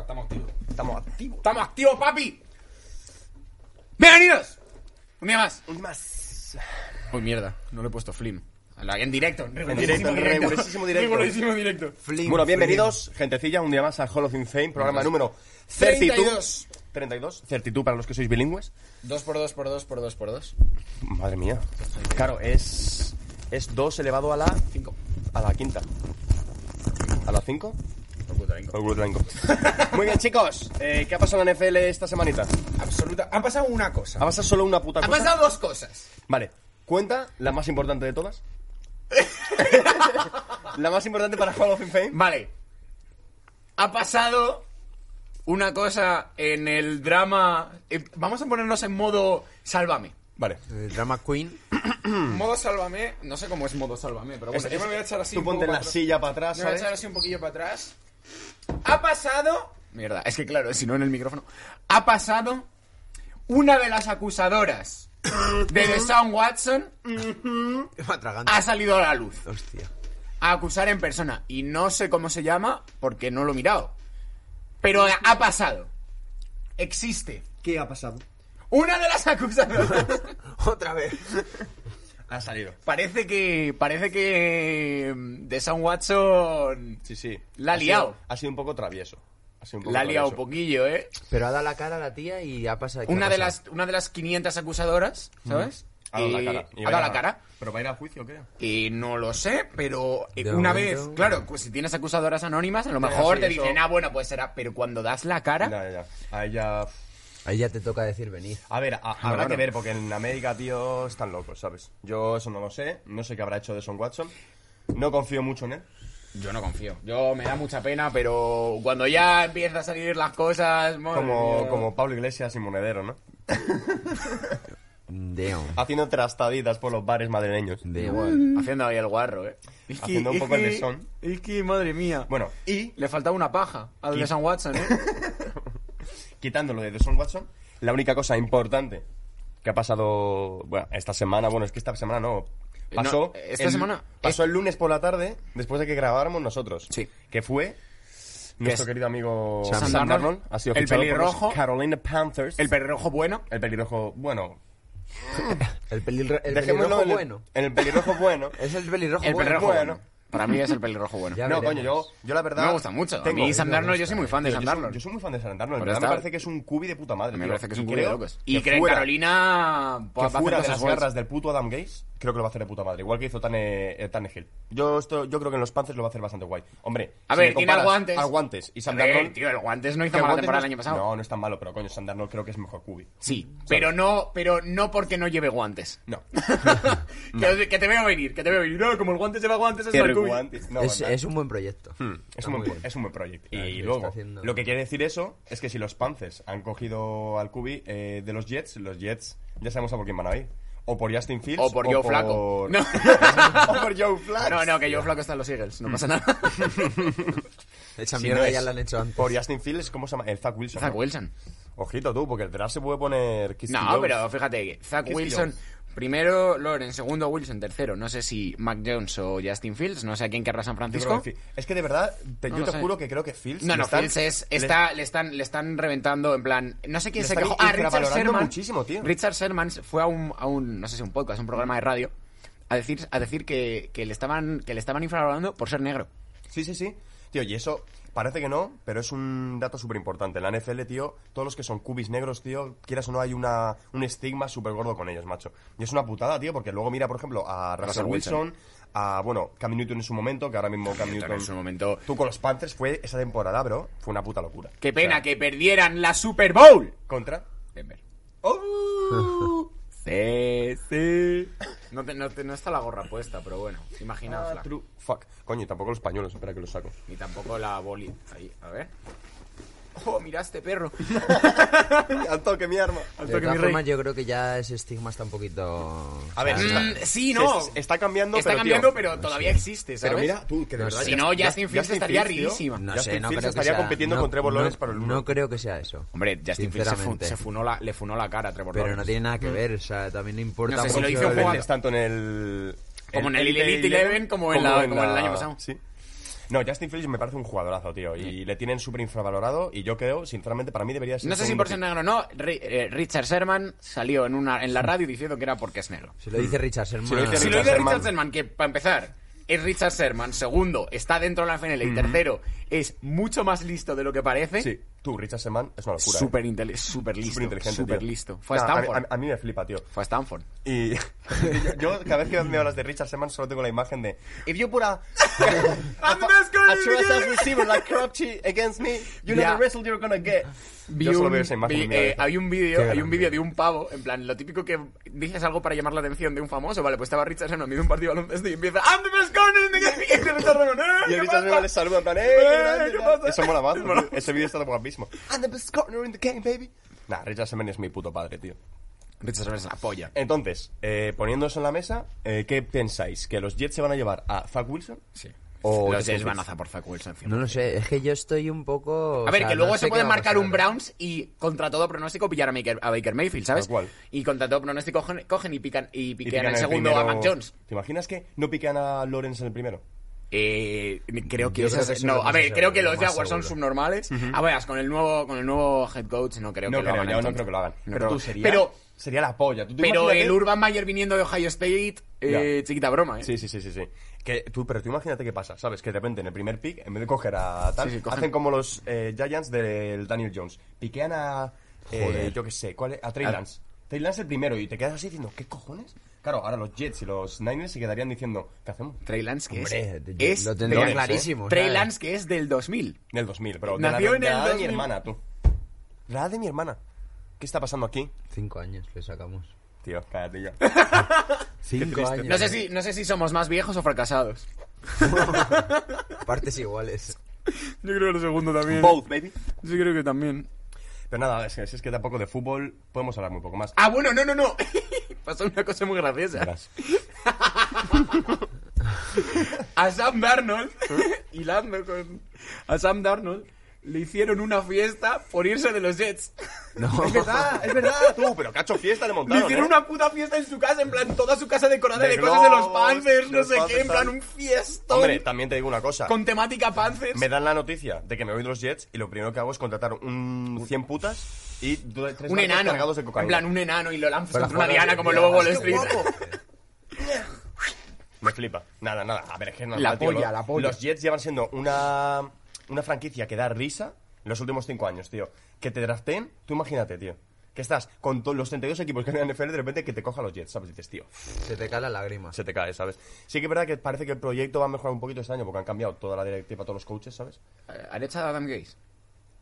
Estamos activos. Estamos activos. ¡Estamos activos, papi! ¡Bienvenidos! Un día más. Un más. Uy, mierda. No le he puesto flim. A la- En directo. En directo, en riguroso directo. Riguroso directo. Bueno, bienvenidos, gentecilla, un día más a Hall of Fame, programa número 32. 32. Certitud para los que sois bilingües. 2 por 2 por 2 por 2 por 2. Madre mía. Claro, es. Es 2 elevado a la. 5. A la quinta. ¿A la 5? Por puta, venga. Muy bien, chicos. eh, ¿Qué ha pasado en la NFL esta semanita? Absoluta. Ha pasado una cosa. ¿Ha pasado solo una puta Han cosa? pasado dos cosas. Vale, cuenta la más importante de todas. la más importante para Hall of Fame. Vale. Ha pasado una cosa en el drama. eh, vamos a ponernos en modo sálvame. Vale. El drama queen. Modo sálvame. No sé cómo es modo sálvame, pero bueno, Es- yo me es- voy a echar así. Tú un poco ponte en para la atrás. silla para atrás, Me voy a echar ¿sabes? así un poquillo para atrás. Ha pasado. Mierda, es que claro, si no en el micrófono. Ha pasado una de las acusadoras de The Sound Watson Atragante. ha salido a la luz Hostia. a acusar en persona. Y no sé cómo se llama porque no lo he mirado. Pero ha pasado. Existe. ¿Qué ha pasado? Una de las acusadoras. Otra vez. Ha salido. Parece que. Parece que. mm, De Sam Watson. Sí, sí. La ha Ha sido- liado. Ha sido un poco travieso. Ha sido un poco La ha liado un travieso. poquillo, ¿eh? Pero ha dado la cara a la tía y ha pasado. ¿qué Una ha de, las, pasado? una de las 500 acusadoras, ¿sabes? Ha dado la Eh, cara. Y Ha va dado a- la cara. Pero va a ir a juicio, creo. Y no lo sé, pero eh, De una momento, vez, claro, pues si tienes acusadoras anónimas, a lo Ya, mejor sí, te eso- dicen, ah, bueno, pues será. Pero cuando das la cara, Ya, ya, ya. A ella. Ahí ya te toca decir venir. A ver, a- habrá Ah, bueno. que ver, porque en América, tío, están locos, ¿sabes? Yo eso no lo sé. No sé qué habrá hecho de Son Watson. No confío mucho en él. yo no confío. Yo me da mucha pena, pero cuando ya empiezan a salir las cosas. madre Como, mía. como Pablo Iglesias y Monedero, ¿no? Damn. Haciendo trastaditas por los bares madrileños. Damn. Haciendo ahí el guarro, ¿eh? Es Haciendo un es poco el que- de son. Es que, madre mía. Bueno, y Le faltaba una paja al de Quit- San Watson, ¿eh? quitándolo de Son Watson, la única cosa importante que ha pasado bueno, esta semana, bueno, es que esta semana no. Eh, no, Pasó esta el- semana. Pasó el lunes por la tarde, después de que grabáramos nosotros. Sí. Que fue nuestro es- querido amigo Sam Sam Darnold. Darnold. Ha sido El fichado por los pelirrojo. Carolina Panthers. El pelirrojo bueno. el pelirrojo bueno. El, pelirro- el Dejémoslo pelirrojo en el- bueno. En el pelirrojo bueno. Es el pelirrojo El bueno. pelirrojo bueno. bueno. Para mí es el pelirrojo bueno. Ya no, veremos. coño, yo, yo la verdad. me gusta mucho. tengo- a mí Sam me Darnold, yo gusta, soy muy fan de Yo Sam soy- Darnold. Yo soy muy fan de San Darnold. Pues ya en verdad Me está. parece que es un cubi de puta madre. Me tío. parece que es Y un culo de creo locos. Y que creo que fuera- Carolina pues, que va a hacer fuera de cosas las buenas. garras del puto Adam Gaze, creo que lo va a hacer de puta madre. Igual que hizo Tane, eh, Tannehill. Yo, esto, yo creo que en los Panthers lo va a hacer bastante guay. Hombre, A si ver, tiene me comparas guantes. A guantes. Y Sam A ver, Darnold- Eh, tío, el guantes no que hizo mala Guantes temporada no el año es- pasado. No, no es tan malo, pero coño, Sam Darnold creo que es mejor cubi. Sí, pero no, pero no porque no lleve guantes. No. Que, que te veo venir, que te veo venir. No, como el guante lleva guantes, es Pero mal cubi. guantes, no, es, no. es un buen proyecto. Hmm, es, Está un muy buen, bien. es un buen proyecto. Claro, y lo luego, está haciendo- lo que quiere decir eso es que si los Panthers han cogido al Cubi eh, de los Jets, los Jets ya sabemos a por quién van a ir. O por Justin Fields. O por Joe Flaco. por- No. o por Joe Flaco. No, no, que yo flaco están los Eagles, no pasa nada. Esa Si mierda no es- ya la han hecho antes. Por Justin Fields, ¿cómo se llama? El Zach Wilson. Zach ¿no? Wilson. Ojito tú, porque el draft se puede poner... Kiss No, Jones. pero fíjate que Zach Kiss Wilson, Jones. primero Loren, segundo Wilson, tercero, no sé si Mac Jones o Justin Fields, no sé a quién querrá San Yo creo Francisco. que Fi- Es que de verdad, te- No yo lo te sé. juro que creo que Fields... No, le no, están- Fields es, le- está, le, están, le están reventando, en plan, no sé quién Le se están quejó. Ah, Richard infravalorando Sherman. muchísimo, tío. Richard Sherman fue a un, a un, no sé si un podcast, un programa de radio, a decir, a decir que, que le estaban, que le estaban infravalorando por ser negro. Sí, sí, sí. Tío, y eso parece que no, pero es un dato súper importante. En la NFL, tío, todos los que son cubis negros, tío, quieras o no, hay una, un estigma súper gordo con ellos, macho. Y es una putada, tío, porque luego mira, por ejemplo, a Russell, Russell Wilson, Wilson. a, bueno, Cam Newton en su momento, que ahora mismo Cam Newton... Newton en su momento- Tú con los Panthers fue esa temporada, bro. Fue una puta locura. Qué O sea, pena que perdieran la Super Bowl. Contra... Denver. ¡Oh! Sí, sí. No, te- no te- no está la gorra puesta, pero bueno, imaginaosla. Ah, True. Fuck. Coño, y tampoco los pañuelos, espera que los saco. Ni tampoco la boli. Ahí, a ver. Oh, mira este perro. Al toque, mi arma. Al De toque, mi todas rey. formas, yo creo que ya ese estigma está un poquito. A ver, Ah, está- Mm, sí, no. Se- se- está cambiando, Está pero, tío, cambiando, pero todavía existe, ¿sabes? Pero mira, tú, que de No verdad... sé. Si no, Justin Fields estaría tío, arribísima. No Justin sé, no Fields creo que estaría sea- compitiendo no- con Trevor no- Lawrence para el uno. No creo que sea eso. Hombre, Justin Fields se, fu- Sinceramente. se funó la, le funó la cara a Trevor Pero no Lawrence. tiene nada que ver, o sea, también no importa. No sé si lo mucho hizo el- Tal vez jugando. es tanto en el... Como en el Elite Eleven, como en la- como en el año pasado. Sí. No, Justin Fields me parece un jugadorazo, tío. Y le tienen súper infravalorado. Y yo creo, sinceramente, para mí debería ser. No sé si segundo por ser negro o no, Ri- eh, Richard Sherman salió en, una, en la radio diciendo que era porque es negro. Si lo dice Richard Sherman. Si lo dice Si Richard Mm. lo dice Sherman. Richard Sherman, que para empezar es Richard Sherman, segundo, está dentro de la FNL, y tercero, es mucho más listo de lo que parece. pick. Sí, tú, Richard Seman, es una locura. eh. Súper intele- súper listo. Súper inteligente. listo. Fue a A, Stanford. mí- a mí me flipa, tío. Fue a Stanford. Y yo, yo cada vez que me hablas de Richard Seman solo tengo la imagen de. If you put a. I'm just gonna a true as a receiver like Crabtree against me, you know Ya. the result you're gonna get. Vi yo solo un- veo esa imagen. vi- en mi eh, cabeza. hay un vídeo, Qué hay un grande. vídeo de un pavo, en plan, lo típico que dices algo para llamar la atención de un famoso, vale, pues estaba Richard Sherman viendo un partido de baloncesto y empieza I'm the best gunner in the game", y Richard Sherman, "Eh, Y ¿qué el Richard pasa?". Seman le saluda en plan, ¡eh! Eh, qué grande, ¿qué tal". pasa? Eso mola más. Es mola. Ese vídeo está guapísimo. I'm the best corner in the game, baby. Nah, Richard Seman es mi puto padre, tío. Richard Sherman es la polla. Entonces, eh, poniendo eso en la mesa, eh, ¿qué pensáis? ¿Que los Jets se van a llevar a Zach Wilson? Sí. O Los Jets Justin van a Fields. zap por Zach Wilson. cien. No lo sé, es que yo estoy un poco. A o ver, sea, que luego no sé se qué puede va a marcar pasar. un Browns y contra todo pronóstico pillar a Baker, a Baker Mayfield, ¿sabes? Tal cual. Y contra todo pronóstico cogen, cogen y pican y Y piquean el, pican segundo primero- a Mac Jones. ¿Te imaginas que no pican a Lawrence en el primero? Eh, creo que Yo eso creo que es- eso no, es lo a ver, más creo que seguro, los lo más Jaguars son seguro. subnormales. A ver, con el nuevo con el nuevo head coach no creo No que lo creo, hagan yo no entonces. creo que lo hagan. No pero creo. tú sería, pero, sería la polla. ¿Tú te pero imagínate- el Urban Mayer viniendo de Ohio State, eh, chiquita broma, ¿eh? Sí, sí, sí, sí, sí. Que tú, pero tú imagínate qué pasa, ¿sabes? Que de repente en el primer pick, en vez de coger a tal, Sí, sí, cogen- hacen como los eh, Giants del Daniel Jones. Piquean a, eh, Joder. yo qué sé, ¿cuál es? a Trey A- Lance. Trey Lance el primero y te quedas así diciendo, ¿qué cojones? Claro, ahora los Jets y los Niners se quedarían diciendo, ¿qué hacemos? Trey Lance que Hombre, es, yo- es lo tendría Trey- clarísimo, Trey ¿sabes? Lance que es del 2000. En el 2000, pero Nació de en la, el de la edad de mi 2000. hermana, tú. La edad de mi hermana. ¿Qué está pasando aquí? Cinco años le sacamos. Tío, cállate ya. Cinco triste. años. No sé si no sé si somos más viejos o fracasados. Partes iguales. Yo creo que lo segundo también. Both, baby. Yo creo que también. Pero nada, es que, es que tampoco de fútbol podemos hablar muy poco más. Ah, bueno, no, no, no. Pasó una cosa muy graciosa. Verás. A Sam Darnold, ¿Eh? hilando con. A Sam Darnold le hicieron una fiesta por irse de los Jets. Es verdad, es verdad. Tú, pero cacho fiesta le Le montaron. hicieron ¿eh? una puta fiesta en su casa, en plan, toda su casa decorada de, De cosas de los globos, Panthers, de no los sé qué, Panthers, en plan, tal. un fiestón. Hombre, también te digo una cosa. con temática Panthers. Me dan la noticia de que me voy de los Jets y lo primero que hago es contratar un 100 putas y do- tres Un barcos enano. cargados de En cocaína. plan, un enano y lo lanzas Pero contra una joder, diana como tío, luego Wall es Street. Me flipa. Nada, nada. A ver, es que no, La no, tío, polla, lo- la polla. Los Jets llevan siendo una, una franquicia que da risa en los últimos 5 años, tío. Que te draften, tú imagínate, tío. Que estás con todos los 32 equipos que hay en la NFL de repente que te coja los Jets, ¿sabes? Y dices, tío, Se te cae la lágrima. se te cae, ¿sabes? Sí que es verdad que parece que el proyecto va a mejorar un poquito este año porque han cambiado toda la directiva, todos los coaches, ¿sabes? ¿Han echado a Adam Gaze?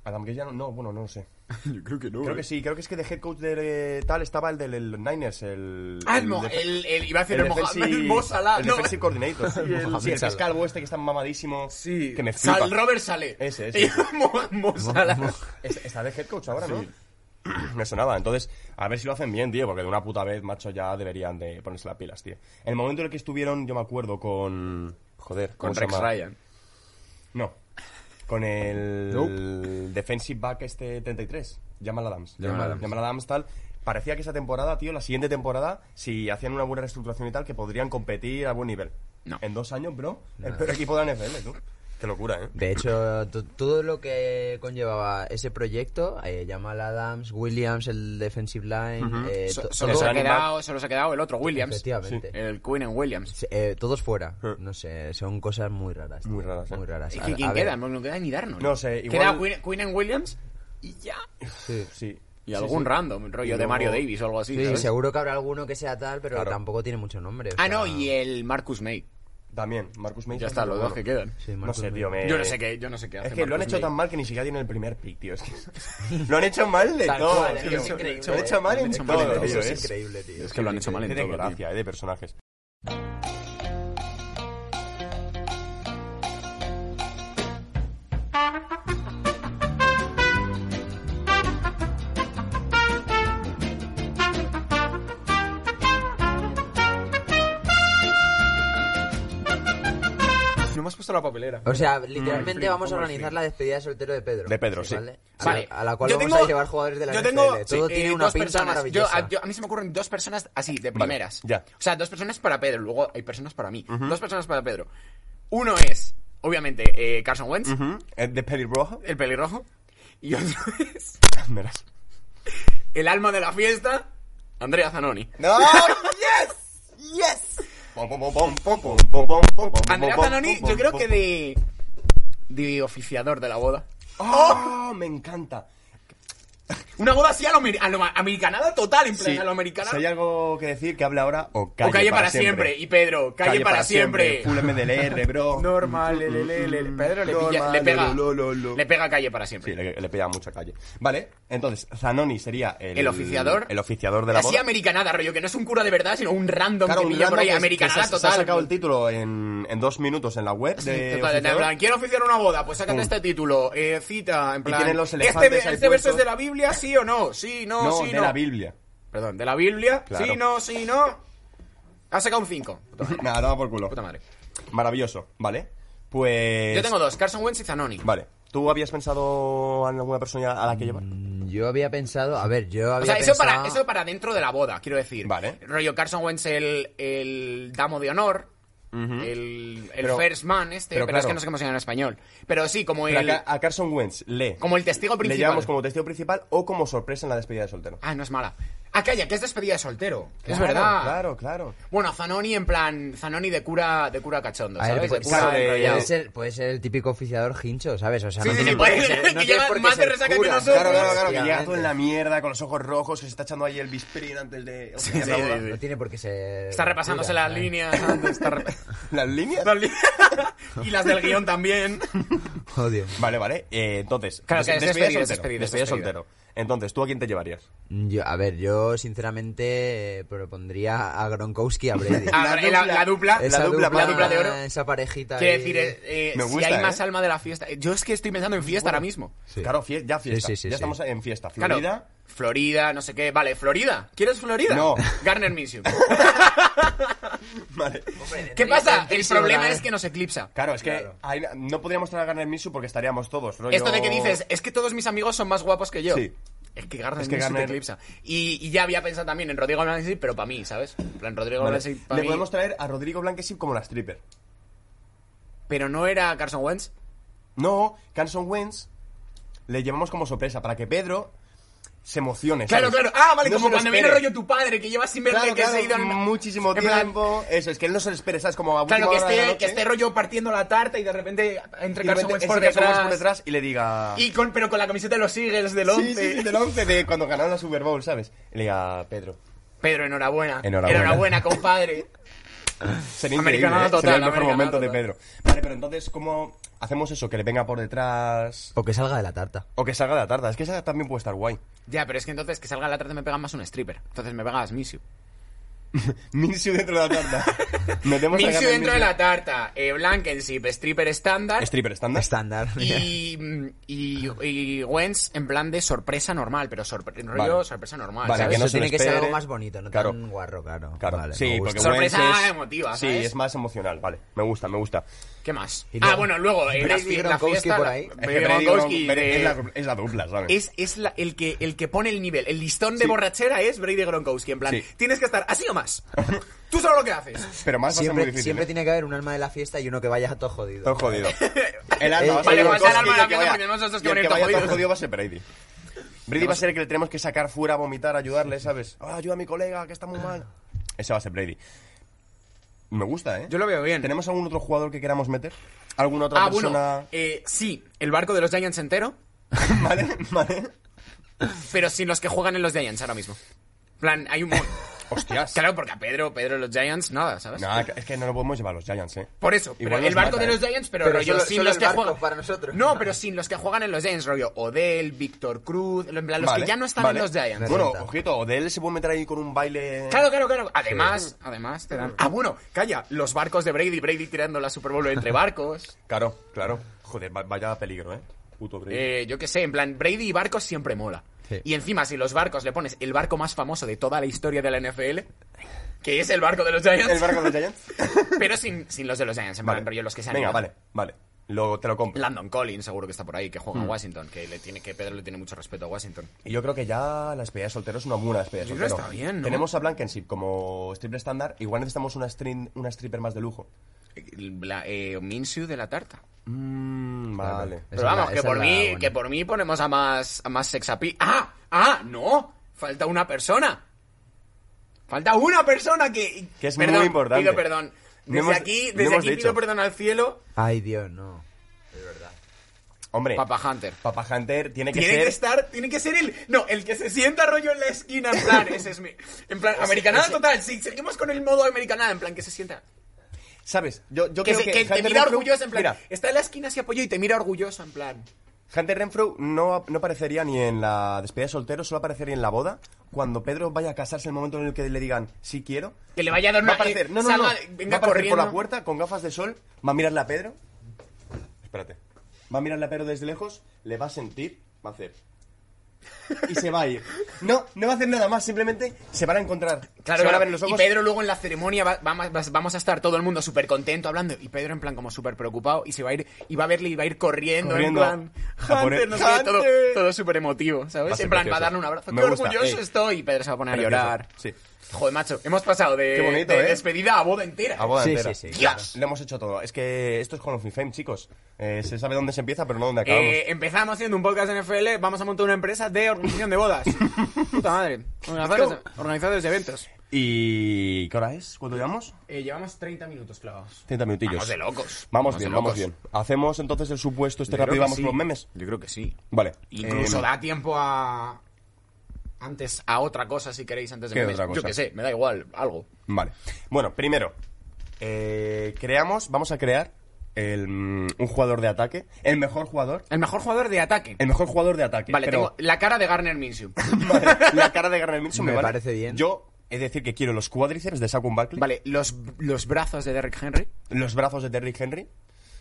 Adam Gaze ya no, no, bueno, no lo sé. Yo creo que no. Creo que sí, creo que es que de head coach de eh, tal estaba el del el Niners, el... Ah, el, mo- defe- el, el- iba a decir el el, Mohamed, defensive- el Mo Salah. el no. defensive coordinator. Sí, el, Mohamed que es Salah. calvo este que está mamadísimo. Sí, Que me flipa. Sal, Robert Saleh. Ese, ese. Mo, Mo Salah. Es- Está de head coach ahora, ¿no? Me sonaba. Entonces, a ver si lo hacen bien, tío, porque de una puta vez, macho, ya deberían de ponerse las pilas, tío. En el momento en el que estuvieron, yo me acuerdo con... Joder, ¿cómo Con se Rex llama? Ryan. No. Con el defensive back este 33, Jamal Adams. Jamal Adams. Jamal Adams tal. Parecía que esa temporada, tío, la siguiente temporada, si hacían una buena reestructuración y tal, que podrían competir a buen nivel. No. En dos años, bro, el peor equipo de la NFL, tú. Qué locura, ¿eh? De hecho, to- todo lo que conllevaba ese proyecto, eh, Jamal Adams, Williams, el defensive line, eh, So- to- solo, todo- se ha Running quedado, solo se ha quedado el otro, Williams. efectivamente. El Queen and Williams. Se- eh, todos fuera. Eh. No sé, son cosas muy raras. Muy tío, raras, eh. Muy raras. Es A- que a ¿quién ver, queda? No, no queda ni Darnold. No sé, igual- Queda Queen, Queen and Williams y ya. Sí. Sí. Y Sí, algún sí. random, rollo Y de luego- Mario Davis o algo así. Sí, ¿sabes? seguro que habrá alguno que sea tal, pero Claro. tampoco tiene mucho nombre. o Ah, no, sea, y el Marcus May. También, Marcus Mason. Ya está, los dos que quedan. sí, No Marcus sé, May. tío, me- Yo no sé qué, yo no sé qué hace Eh, Es que lo han Marcus hecho May. tan mal que ni siquiera tienen el primer pick, tío. Es que... lo han hecho mal de Tal todo. cual, es eh, que es lo- increíble, Lo han hecho mal eh. Lo en han hecho mal en todo, todo, tío. Eso es Es increíble, tío. Es que lo han hecho mal en Tiene todo, tío. gracia, eh, de personajes. No me has puesto la papelera. O sea, literalmente vamos a organizar la despedida de soltero de Pedro. De Pedro, sí. ¿Vale? A, Vale. la, a la cual Yo vamos tengo- a llevar jugadores de la yo NFL. tengo, Todo sí, tiene eh, una dos pinta personas. maravillosa. Yo- ah, a, yo- a mí se me ocurren dos personas así, de Vale, primeras. ya. O sea, dos personas para Pedro, luego hay personas para mí. Dos personas para Pedro. Uno es obviamente, eh, Carson Wentz, Ujú, es De pelirroja. el pelirrojo. Y otro es Ah, Verás. el alma de la fiesta, Andrea Zanoni. ¡No! ¡Yes! ¡Yes! Andrea Zanoni, yo creo que de. de oficiador de la boda. ¡Oh! Me encanta. Una boda así a lo, amer- a lo americanada total, en plan, Sí, a lo americana. Si hay algo que decir, que hable ahora o calle, o calle para, siempre. Y Pedro, calle, para, siempre. Full MDLR, bro. Mm, Normal, le, le, le, le. Pedro le Le, pilla- Normal, le pega, lo, lo, lo. le pega calle para Sí, siempre. le, le pega mucho calle. Vale, entonces, Zanoni sería el... El oficiador. El oficiador de la así boda. americanada, rollo, que no es un cura de verdad, sino un random Claro, que un pilla por random ahí, que- que americanada se, se ha total. sacado el título en, en dos minutos en la web Sí, de total, en oficiador. plan, quiero oficiar una boda, pues sácate Pum. este título, eh, cita, en plan... tienen los este- elefantes ¿Este, ahí verso es puestos. de la Biblia, sí o no? Sí, no, No, sí, de no. la Biblia. Perdón, de la Biblia, Claro. sí, no, sí, no. Ha sacado un 5. Nada, toma por culo. Puta madre. Maravilloso, ¿vale? Pues... Yo tengo dos, Carson Wentz y Zanoni. Vale. ¿Tú habías pensado en alguna persona a la que llevar? Mm, Yo había pensado, a ver, yo O había sea, eso pensado- para, eso para dentro de la boda, quiero decir. Vale. Rollo Carson Wentz, el, el damo de honor, el, el Pero- first man este, pero, pero es que claro. no sé cómo se llama en español. Pero sí, como Pero el... a, Ca- a Carson Wentz le... Como el testigo le principal. llevamos como testigo principal o como sorpresa en la despedida de soltero. Ah, no es mala. Ah, calla, que es despedida de soltero. es Claro, verdad. Claro, claro. Bueno, Zanoni en plan... Zanoni de cura, de cura cachondo, A ver, ¿sabes? pues, de cura claro, de- enrollado. Puede ser, puede ser el típico oficiador hincho, ¿sabes? O sea, Sí, no sí, tiene sí, por qué puede ser- ser no que tiene llega por qué más de ser resaca que cura, nosotros. Claro, claro, claro, que Efectivamente. llega todo en la mierda, con los ojos rojos, que se está echando ahí el bispirin antes de... Sí, sí, la boda. sí, sí. No tiene por qué ser... Está repasándose cura, eh. las ¿sabes? líneas. antes, está re- ¿Las líneas? las líneas. y las del guión también. Joder. Vale, vale. eh, entonces, Claro, des- que es despedida despedida, es despedida, soltero, es despedida despedida. soltero. Entonces, ¿tú a quién te llevarías? Yo, a ver, yo sinceramente eh, propondría a Gronkowski y a Brady. Ah, La eh, la, dupla. la dupla. Esa la dupla, dupla- de oro. Esa parejita. Quiere ahí. decir, eh, eh, Me si gusta, hay más ¿eh? alma de la fiesta. eh, Yo es que estoy pensando en fiesta ahora mismo. Sí. Claro, fie- ya fiesta. Sí, sí, sí, ya sí. estamos en fiesta. Claro, Florida. Florida, no sé qué. Vale, Florida. ¿Quieres Florida? No. Garner Mission. Vale. ¿Qué pasa? El Potentísimo, problema ¿eh? es que nos eclipsa. Claro, es que ahí na- no podríamos traer a Garner Minshew porque estaríamos todos. rollo- Esto de que dices, es que todos mis amigos son más guapos que yo. Sí. Es que Garner Es que Minshew te Garner- eclipsa. Y, y ya había pensado también en Rodrigo Blanesi, pero para mí, ¿sabes? En plan, Rodrigo Vale. Blanesi para Le mí. podemos traer a Rodrigo Blanquesim como la stripper. Pero no era Carson Wentz. No, Carson Wentz le llevamos como sorpresa para que Pedro se emocione. Claro, ¿sabes? claro. Ah, vale, No como se lo cuando viene espere. rollo tu padre, que lleva sin verle Claro, que claro, se ha ido en- muchísimo en plan- tiempo. Eso, es que él no se lo espera, ¿sabes? Como a Claro, última que hora de la esté, noche, que esté rollo partiendo la tarta y de repente entre y de Carson repente Wentz ese por Carson Wentz detrás. por detrás y le diga... Y con, pero con la camiseta de los Eagles del 11. Sí, sí, sí, del 11 de cuando ganaron la Super Bowl, ¿sabes? Y le diga, Pedro, Pedro, enhorabuena. Enhorabuena. compadre. Sería increíble, Americanada ¿eh? total, Sería el mejor americanada momento de total. Pedro. Vale, pero entonces, ¿cómo hacemos eso? Que le venga por detrás... O que salga de la tarta. O que salga de la tarta. Es que esa también puede estar guay. ya, pero es que entonces que salga la tarde me pega más un stripper. Entonces me pegas Mishu. Minshew dentro de la tarta. Metemos Mishu a Gavin dentro de Minshew. la tarta. Eh, Blankenship, stripper estándar. Stripper estándar. Estándar. y, y, y Wentz en plan de sorpresa normal, pero sorpre- en rollo Vale. sorpresa normal. Vale, ¿sabes? que no Eso se lo tiene que ser espere. algo más bonito, no Claro. tan guarro, claro. Claro. Vale, me sí, gusta. porque Sorpresa Wentz es- emotiva, Sí, ¿sabes? es más emocional. Vale, me gusta, me gusta. ¿Qué más? Y ah, luego- bueno, luego eh, la, Brady fie- la Gronkowski fiesta. por ahí. la- Es que Brady Brady Gronkowski eh, Gronk- de- es, la, es la dupla, ¿sabes? es, es la- el, que, el que pone el nivel. El listón de Sí. borrachera es Brady Gronkowski. En plan, Sí. tienes que estar así o más. Tú sabes lo que haces. Pero más va a ser muy Siempre, difícil. siempre ¿eh? tiene que haber un alma de la fiesta y uno que vaya todo jodido. Todo jodido. El alma va a Vale, ser pues Gronkowski, el alma de la el que fiesta, vaya- porque nosotros y que el venir que todo vaya todo jodido. jodido va a ser Brady. Brady va a ser el que le tenemos que sacar fuera, vomitar, ayudarle, ¿sabes? Ah, ayuda a mi colega, que está muy mal. Ese va a ser Brady. Me gusta, ¿eh? Yo lo veo bien. ¿Tenemos algún otro jugador que queramos meter? ¿Alguna otra Ah, persona? bueno. eh, sí, el barco de los Giants entero, vale, vale. pero sin los que juegan en los Giants ahora mismo. En plan, hay un. mo- Hostias. claro, porque a Pedro, Pedro, los Giants, nada, ¿sabes? No, es que no lo podemos llevar a los Giants, ¿eh? Por eso, pero Igual el nos barco mata, de los ¿eh? Giants, pero, Pero rollo solo- sin solo los el que barco juegan. para nosotros. No, pero sin los que juegan en los Giants, rollo Odell, Víctor Cruz, en plan, los Vale, que ya no están vale. en los Giants. Bueno, Me renta. ojito, Odell se puede meter ahí con un baile... Claro, claro, claro. Además, además te dan. Ah, bueno, calla. Los barcos de Brady, Brady tirando la Super Bowl entre barcos. Claro, claro. Joder, va- vaya peligro, ¿eh? Puto Brady. Eh, yo qué sé, en plan, Brady y barcos siempre mola. Sí. Y encima, si los barcos le pones el barco más famoso de toda la historia de la NFL, que es el barco de los Giants. ¿El barco de los Giants? Pero sin, sin los de los Giants, en plan, pero yo los que se han Venga, ido. vale, vale. Lo, te lo compro. Landon Collins, seguro que está por ahí, que juega en Washington, que le tiene, que Pedro le tiene mucho respeto a Washington. Y yo creo que ya la despedida de soltero es una buena despedida de Yo creo que soltero. está bien, ¿no? Tenemos a Blankenship como stripper estándar. Igual necesitamos una, strin- una stripper más de lujo. la, eh, Minshew de la tarta. Mm, vale. Pero Esa es vamos, la- que, esa por es la mí, buena. que por mí ponemos a más, a más sexapi. ¡Ah! ¡Ah! ¡No! Falta una persona. Falta una persona que. Que es perdón, muy importante. Pido perdón. No Desde hemos- aquí, no desde hemos aquí dicho. pido perdón al cielo, Ay, Dios, no. Hombre, Papa Hunter. Papa Hunter tiene Eh, que Tiene ser. que estar, tiene que ser el. No, el que se sienta rollo en la esquina, en plan, ese es mi. En plan, americanada total. Si seguimos con el modo americanada, en plan, que se sienta. ¿Sabes? Yo, yo Que, creo se- que. que te Hunter mira Renfrew- orgullosa, en plan. Mira, Está en la esquina hacia apoyo y te mira orgullosa, en plan. Hunter Renfrew no, no aparecería ni en la despedida de soltero, solo aparecería en la boda. Cuando Pedro vaya a casarse, el momento en el que le digan sí quiero, Que le vaya a dar va una. a aparecer. No, no, salga- no. Venga va a aparecer corriendo. por la puerta con gafas de sol, va a mirarle a Pedro. Espérate. Va a mirarle a Pedro desde lejos, le va a sentir, va a hacer. Y se va a ir. No, no va a hacer nada más, simplemente se van a encontrar. Claro, se van a claro. ver en los ojos. Y Pedro luego en la ceremonia va- vamos, vas- vamos a estar todo el mundo súper contento hablando. Y Pedro en plan como súper preocupado y se va a ir, y va a verle y va a ir corriendo, Corriendo en a- plan. a poner- Hunter, no sé qué, ¡Hunter! todo, todo súper emotivo, Va a ¿sabes? ser En plan, va a precioso. darle un abrazo. Me Qué gusta, orgulloso ey. estoy. Y Pedro se va a poner Precioso, a llorar. sí. Joder, macho, hemos pasado de, Qué bonito, de ¿eh? despedida a boda entera. A boda Sí, entera. sí, sí, Dios. Le hemos hecho todo. Es que esto es con of Fame, chicos. Eh, se sabe dónde se empieza, pero no dónde acabamos. Eh, empezamos haciendo un podcast NFL, vamos a montar una empresa de organización de bodas. Puta madre. Organizadores, organizadores de eventos. ¿Y qué hora es? ¿Cuánto llevamos? Eh, llevamos 30 minutos clavos. 30 minutillos. Vamos de locos. Vamos Vamos bien, de vamos locos. bien. Hacemos entonces el supuesto este Yo creo rápido y que vamos sí. con los memes. Yo creo que sí. Vale. Incluso Eh, da tiempo a. Antes, a otra cosa si queréis, antes de ¿Qué memes. otra cosa? Yo qué sé, me da igual, algo. Vale. Bueno, primero, eh, creamos, vamos a crear el, mm, un jugador de ataque. El mejor jugador. El mejor jugador de ataque. El mejor jugador de ataque. Vale, Eh, pero- tengo la cara de Garner Minshew. Vale, la cara de Garner Mitchell me, Me vale. parece bien. Yo he de decir que quiero los cuádriceps de Saquon Barkley. vale, los, los brazos de Derrick Henry. Los brazos de Derrick Henry.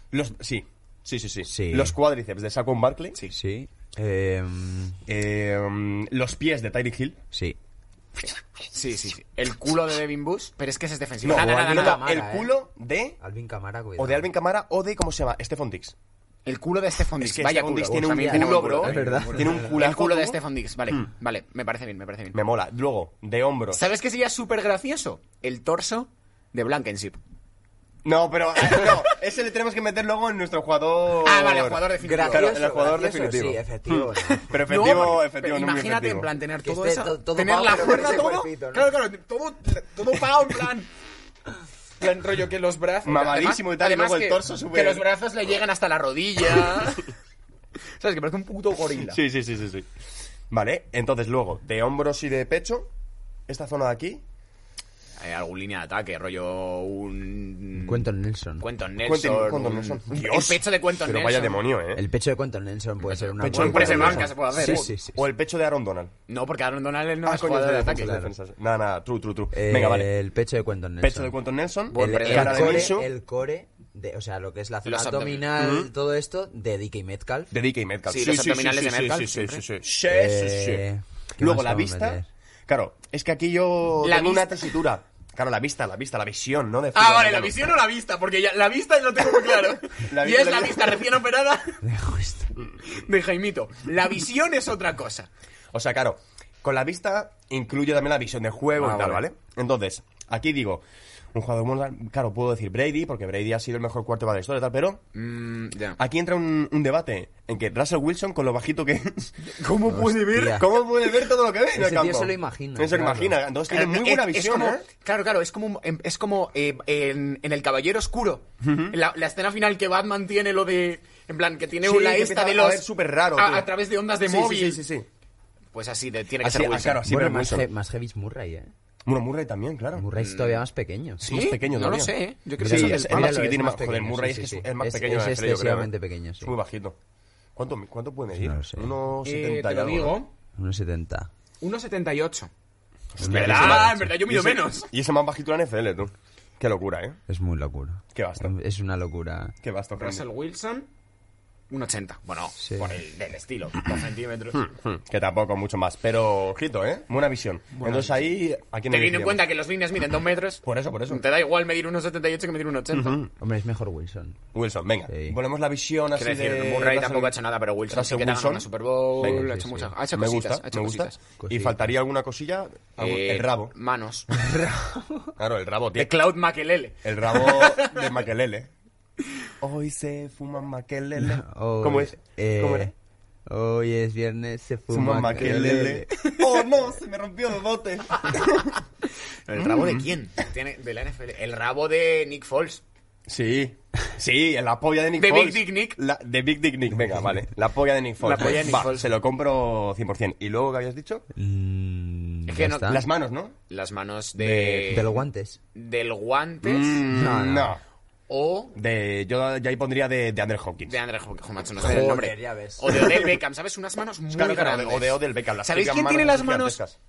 Los, sí, sí, sí, sí. Sí. Los cuádriceps de Saquon Barkley. Sí. Sí. Eh, Eh, mm, los pies de Tyreek Hill. sí. Sí, sí, sí. El culo de Devin Bush, pero es que ese es defensivo. No, Nada, nada, no, nada. no, el Mala, eh. culo de... Alvin Camara, cuidado. O de Alvin Camara o de, ¿cómo se llama? Stefan Dix. El culo de Stephon Dix. Es que Vaya Stephon culo. Dix tiene un También tiene culo, un bro. culo, es verdad. Tiene un culo. El culo de Stephon Dix. Vale, vale. Me parece bien, me parece bien. Me mola. Luego, de hombros. Hmm. ¿Sabes qué sería súper gracioso? El torso de Blankenship. No, pero... eh, no, ese le tenemos que meter luego en nuestro jugador... Ah, vale, jugador definitivo. Claro, el jugador gracioso, definitivo. Sí, efectivo. Pero efectivo, No, efectivo, pero no muy Imagínate, efectivo. en plan, tener Que todo esté eso. to- todo tener pavo, la pero cuerda, ese todo. cuerpito, ¿no? Claro, claro, todo, todo pao, en plan. plan rollo que los brazos. Mamadísimo y tal, y además luego el que- torso Que súper- los brazos le llegan hasta la rodilla. ¿Sabes? Que parece un puto gorila. Sí, sí, sí, sí, sí. Vale, entonces luego, de hombros y de pecho, esta zona de aquí, Hay algún línea de ataque, rollo un. Cuento Nelson. Cuenton Nelson. Cuentin- Cuenton un- Nelson. El Dios. pecho de Cuenton pero Nelson. vaya demonio, ¿eh? El pecho de Quentin Nelson puede ser una pecho buena de Quentin idea. Nelson. se puede hacer. ¿eh? Sí, sí, sí. O el pecho de Aaron Donald. No, porque Aaron Donald no Ah, es coño, jugador de defensa, ataque. defensa, defensa. Nada, nada, true, true, true. Eh, Venga, vale. El pecho de Quentin Nelson. Pecho de Quentin Nelson, Eh, Buen el, precio. el cara de core, Minshew, el core de- o sea, lo que es la zona Los abdomen- abdominal, todo esto, de DK Metcalf. de DK Metcalf. Sí, los abdominales de Metcalf, Sí, sí, sí, siempre. sí, sí. Eh, Sí, sí, sí. ¿qué Luego más la podemos vista. meter? Claro, es que aquí yo La tengo una vista. tesitura. Claro, la vista, la vista, la visión, ¿no? De Ah, fútbol vale, la americano. visión o la vista, porque ya, la vista lo tengo muy claro. La y vista, es la la vista. vista recién operada Dejo esto. de Jaimito. La visión es otra cosa. O sea, claro, con la vista incluyo también la visión de juego Ah, y tal, vale. vale. Entonces, aquí digo, un jugador muy largo, claro, puedo decir Brady, porque Brady ha sido el mejor cuarto de la historia y tal, pero Mm, aquí entra un, un debate en que Russell Wilson, con lo bajito que es, ¿Cómo puede ver? Hostia. ¿cómo puede ver todo lo que ve? en el Ese tío campo? se lo imagina, Se lo claro. imagina, entonces pues tiene muy buena visión, Eh, como, ¿eh? Claro, claro, es como, es como eh, en, en El Caballero Oscuro. la, la escena final que Batman tiene lo de. En plan, que tiene Sí, la que esta empieza de a los. ver súper raro, a, tío. a través de ondas de Sí, sí, móvil. Sí, sí, sí. Pues así, de- tiene que Así, ser ah, Wilson. claro, así bueno, pero más, Wilson. he- más heavy es Murray, ¿eh. Bueno, Murray también, claro. Murray Mm. es todavía más pequeño. Sí, más pequeño No lo todavía. sé, ¿eh? Yo creo Sí, que es es, el- es míralo, más es chiquitín, más más, joder, pequeño, Murray sí, es que sí, es, sí. es más Es- pequeño es de la NFL, yo creo, ¿eh? excesivamente pequeño, sí. Es muy bajito. ¿Cuánto, cuánto puede medir? No lo sé. Unos Eh, te 70 Oh, y lo algo, ¿no? digo, 1,70. 1.78. Es ¿Verdad? En verdad, yo Y mido ese- menos. Y ese más bajito en NFL, tú. Qué locura, ¿eh? Es muy locura. Qué basta. Es una locura. Qué basta. Russell Wilson. Un 80. Bueno, Sí. por el del estilo. Dos centímetros. Hmm, Que tampoco mucho más. Pero, ojito, ¿eh? Buena visión. Entonces ahí, ¿a quién Teniendo en elegiríamos? cuenta que los líneas miden dos metros, Por eso, por eso. te da igual medir unos 78 que medir un 80. Hombre, es mejor Wilson. Wilson, venga. Sí. Ponemos la visión así Quiero decir, de... Murray Russell- tampoco ha hecho nada, pero Wilson sí que Russell te ha ganado Wilson. una Super Bowl, Venga, ha hecho sí, muchas, sí. ha hecho me cositas, gusta, ha hecho me gusta. cositas. Y Cositas. faltaría alguna cosilla. algún- Eh, el rabo. Manos. Claro, el rabo, tío. De Cloud Makelele. El rabo de Maquelele. Hoy se fuman Maquelele. Hoy, ¿Cómo es? eh, ¿Cómo era? Hoy es viernes, se fuma Fuman Maquelele. maquelele. ¡Oh, no! Se me rompió el bote. ¿El rabo de quién? Tiene- de la NFL. El rabo de Nick Foles. Sí. Sí, la polla de Nick De Big Foles. Dick Nick. La- de Big Dick Nick. Venga, vale. La polla de Nick Foles. La polla de Nick Va, Foles. se lo compro 100%. ¿Y luego qué habías dicho? Mm, Es que ya no- está. Las manos, ¿no? Las manos de, Eh, De los guantes. del guantes Mm, No, no. o De, yo ya ahí pondría de, de Andrew Hopkins. de André Hopkins. Joder, macho, no sé el nombre. ya ves. O de Odell Beckham, ¿sabes? Unas manos muy Claro, claro, grandes. o de Odell Beckham. las ¿Sabéis típicas quién tiene las así manos gigantescas.